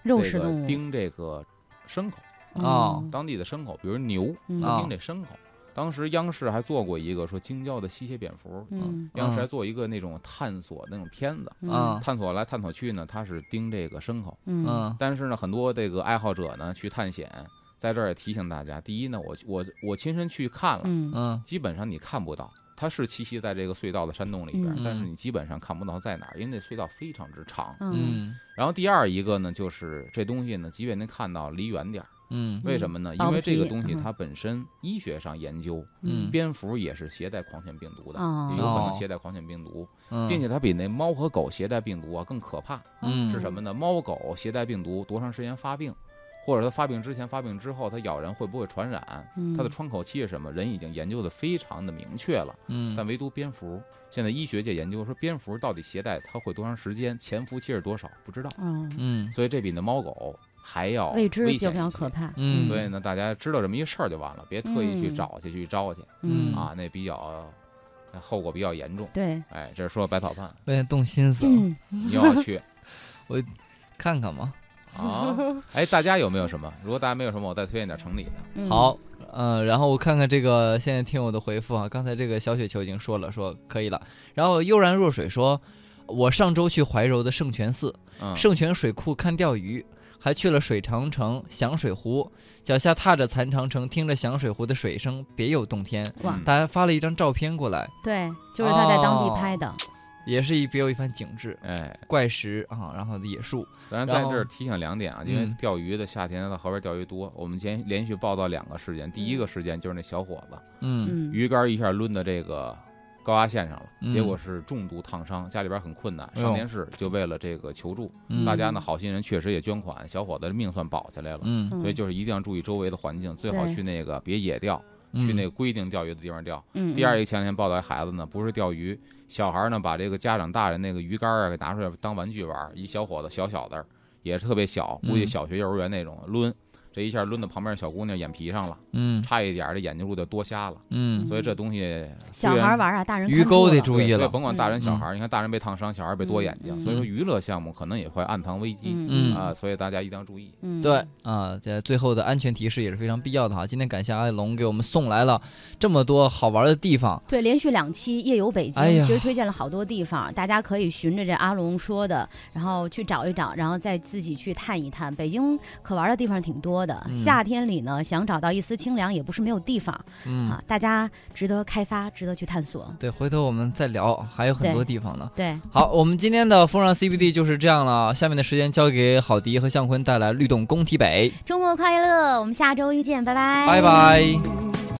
[SPEAKER 1] 肉
[SPEAKER 3] 这
[SPEAKER 1] 食动
[SPEAKER 3] 个
[SPEAKER 1] 物
[SPEAKER 3] 叮这个牲口，
[SPEAKER 2] 哦
[SPEAKER 1] 嗯
[SPEAKER 3] 当地的牲口，比如牛，
[SPEAKER 1] 嗯
[SPEAKER 3] 它
[SPEAKER 2] 啊
[SPEAKER 3] 盯这牲口。当时央视还做过一个说京郊的吸血蝙蝠，
[SPEAKER 1] 嗯
[SPEAKER 3] 央视还
[SPEAKER 2] 嗯
[SPEAKER 3] 做一个那种探索那种片子，
[SPEAKER 2] 啊
[SPEAKER 3] 探索来探索去呢，它是盯这个牲口。
[SPEAKER 1] 嗯嗯
[SPEAKER 2] 嗯
[SPEAKER 3] 但是呢，很多这个爱好者呢去探险，在这儿也提醒大家：第一呢，我我我亲身去看了，
[SPEAKER 1] 嗯
[SPEAKER 2] 嗯
[SPEAKER 3] 基本上你看不到，它是栖息在这个隧道的山洞里边儿
[SPEAKER 1] 嗯，
[SPEAKER 3] 但是你基本上看不到在哪儿，因为那隧道非常之长。
[SPEAKER 1] 嗯
[SPEAKER 2] 嗯
[SPEAKER 3] 然后第二一个呢，就是这东西呢，即便您看到，离远点儿。
[SPEAKER 2] 嗯
[SPEAKER 3] 为什么呢？
[SPEAKER 1] 保
[SPEAKER 3] 因
[SPEAKER 1] 不
[SPEAKER 3] 为这个
[SPEAKER 1] 齐
[SPEAKER 3] 东西
[SPEAKER 1] 嗯
[SPEAKER 3] 它本身医学上研究，
[SPEAKER 2] 嗯
[SPEAKER 3] 蝙蝠也是携带狂犬病毒的，
[SPEAKER 1] 哦
[SPEAKER 3] 也有可能
[SPEAKER 2] 哦
[SPEAKER 3] 携带狂犬病毒，
[SPEAKER 2] 嗯，
[SPEAKER 3] 并且它比那猫和狗携带病毒啊更可怕。
[SPEAKER 2] 嗯
[SPEAKER 3] 是什么呢？猫狗携带病毒多长时间发病，或者它发病之前、发病之后，它咬人会不会传染？
[SPEAKER 1] 嗯
[SPEAKER 3] 它的窗口期是什么？人已经研究的非常的明确了，
[SPEAKER 2] 嗯
[SPEAKER 3] 但唯独蝙蝠，现在医学界研究说蝙蝠到底携带它会多长时间，潜伏期是多少不知道，
[SPEAKER 1] 嗯
[SPEAKER 2] 嗯
[SPEAKER 3] 所以这比那猫狗还要
[SPEAKER 1] 未知
[SPEAKER 3] 危
[SPEAKER 1] 就
[SPEAKER 3] 险
[SPEAKER 1] 比较
[SPEAKER 3] 一些
[SPEAKER 1] 可。怕，
[SPEAKER 2] 嗯
[SPEAKER 3] 所以呢，大家知道这么一事儿就完了，别特意去
[SPEAKER 1] 嗯
[SPEAKER 3] 找去、去招去
[SPEAKER 1] 嗯
[SPEAKER 3] 啊，那比较那后果比较严重。
[SPEAKER 1] 对，
[SPEAKER 3] 哎，
[SPEAKER 1] [laughs]
[SPEAKER 3] 这是说百草畔，
[SPEAKER 2] 嗯有点动心思了，
[SPEAKER 1] 嗯
[SPEAKER 3] 你要去
[SPEAKER 2] 啊看看嘛。
[SPEAKER 3] 啊！哎，大家有没有什么？如果大家没有什么，我再推荐点城里的。
[SPEAKER 1] 嗯
[SPEAKER 2] 好，呃，然后我看看这个现在听友的回复啊，刚才这个小雪球已经说了，说可以了。然后悠然若水说，我上周去怀柔的圣泉寺，
[SPEAKER 3] 嗯，
[SPEAKER 2] 圣泉水库看钓鱼，还去了水长城、响水湖，脚下踏着残长城，听着响水湖的水声，别有洞天。
[SPEAKER 1] 哇
[SPEAKER 3] 嗯
[SPEAKER 2] 大家发了一张照片过来，
[SPEAKER 1] 对，就是他在当地拍
[SPEAKER 3] 哦
[SPEAKER 1] 的，
[SPEAKER 2] 也是一别有一番景致，
[SPEAKER 3] 哎，
[SPEAKER 2] 怪石啊，然后野树，
[SPEAKER 3] 当然在
[SPEAKER 2] 然后
[SPEAKER 3] 这儿提醒两点啊，因为
[SPEAKER 2] 嗯
[SPEAKER 3] 钓鱼的夏天在河边钓鱼多，我们今天连续报道两个事件。第一个事件就是那小伙子
[SPEAKER 2] 嗯
[SPEAKER 1] 嗯，
[SPEAKER 3] 鱼竿一下抡到这个高压线上了，
[SPEAKER 2] 嗯
[SPEAKER 3] 结果是重度烫伤，家里边很困难，
[SPEAKER 2] 哎呦
[SPEAKER 3] 上电视就为了这个求助，
[SPEAKER 2] 嗯
[SPEAKER 3] 大家呢好心人确实也捐款，小伙子的命算保下来了。
[SPEAKER 2] 嗯，
[SPEAKER 1] 嗯
[SPEAKER 3] 所以就是一定要注意周围的环境，最好
[SPEAKER 1] 对
[SPEAKER 3] 去那个别野钓，
[SPEAKER 2] 嗯
[SPEAKER 3] 去那个规定钓鱼的地方钓。
[SPEAKER 1] 嗯
[SPEAKER 3] 第二，一个前两天报道一孩子呢，不是钓鱼，小孩儿呢把这个家长大人那个鱼竿儿啊给拿出来当玩具玩儿，一小伙子小小的儿，也是特别小，估计
[SPEAKER 2] 嗯
[SPEAKER 3] 小学幼儿园那种抡，这一下抡到旁边小姑娘眼皮上了，
[SPEAKER 2] 嗯
[SPEAKER 3] 差一点儿这眼睛路就多瞎了。
[SPEAKER 2] 嗯
[SPEAKER 3] 所以这东西虽
[SPEAKER 1] 小
[SPEAKER 3] 然
[SPEAKER 1] 孩玩啊，大人
[SPEAKER 2] 鱼钩得
[SPEAKER 1] 看住
[SPEAKER 2] 注意
[SPEAKER 3] 对所
[SPEAKER 2] 了
[SPEAKER 3] 以，甭管大人小
[SPEAKER 2] 嗯
[SPEAKER 3] 孩儿，你看大人被烫伤，小孩儿被多眼睛，
[SPEAKER 1] 嗯
[SPEAKER 3] 所以
[SPEAKER 2] 嗯
[SPEAKER 3] 说娱乐项目可能也会暗藏危机
[SPEAKER 1] 嗯
[SPEAKER 2] 嗯
[SPEAKER 3] 啊、所以大家一定要注意。
[SPEAKER 1] 嗯，
[SPEAKER 2] 对啊，在最后的安全提示也是非常必要的哈。今天感谢阿龙给我们送来了这么多好玩的地方，
[SPEAKER 1] 对，连续两期夜游北京，
[SPEAKER 2] 哎呀
[SPEAKER 1] 其实推荐了好多地方，大家可以循着这阿龙说的，然后去找一找，然后再自己去探一探。北京可玩的地方挺多的，
[SPEAKER 2] 嗯
[SPEAKER 1] 夏天里呢，想找到一丝清凉也不是没有地方、
[SPEAKER 2] 嗯，
[SPEAKER 1] 啊，大家值得开发，值得去探索。
[SPEAKER 2] 对，回头我们再聊，还有很多地方呢。
[SPEAKER 1] 对，
[SPEAKER 2] 好，我们今天的风尚 CBD 就是这样了，下面的时间交给郝迪和向坤带来律动工体北，
[SPEAKER 1] 周末快乐，我们下周一见，拜拜，
[SPEAKER 2] 拜拜。
[SPEAKER 4] you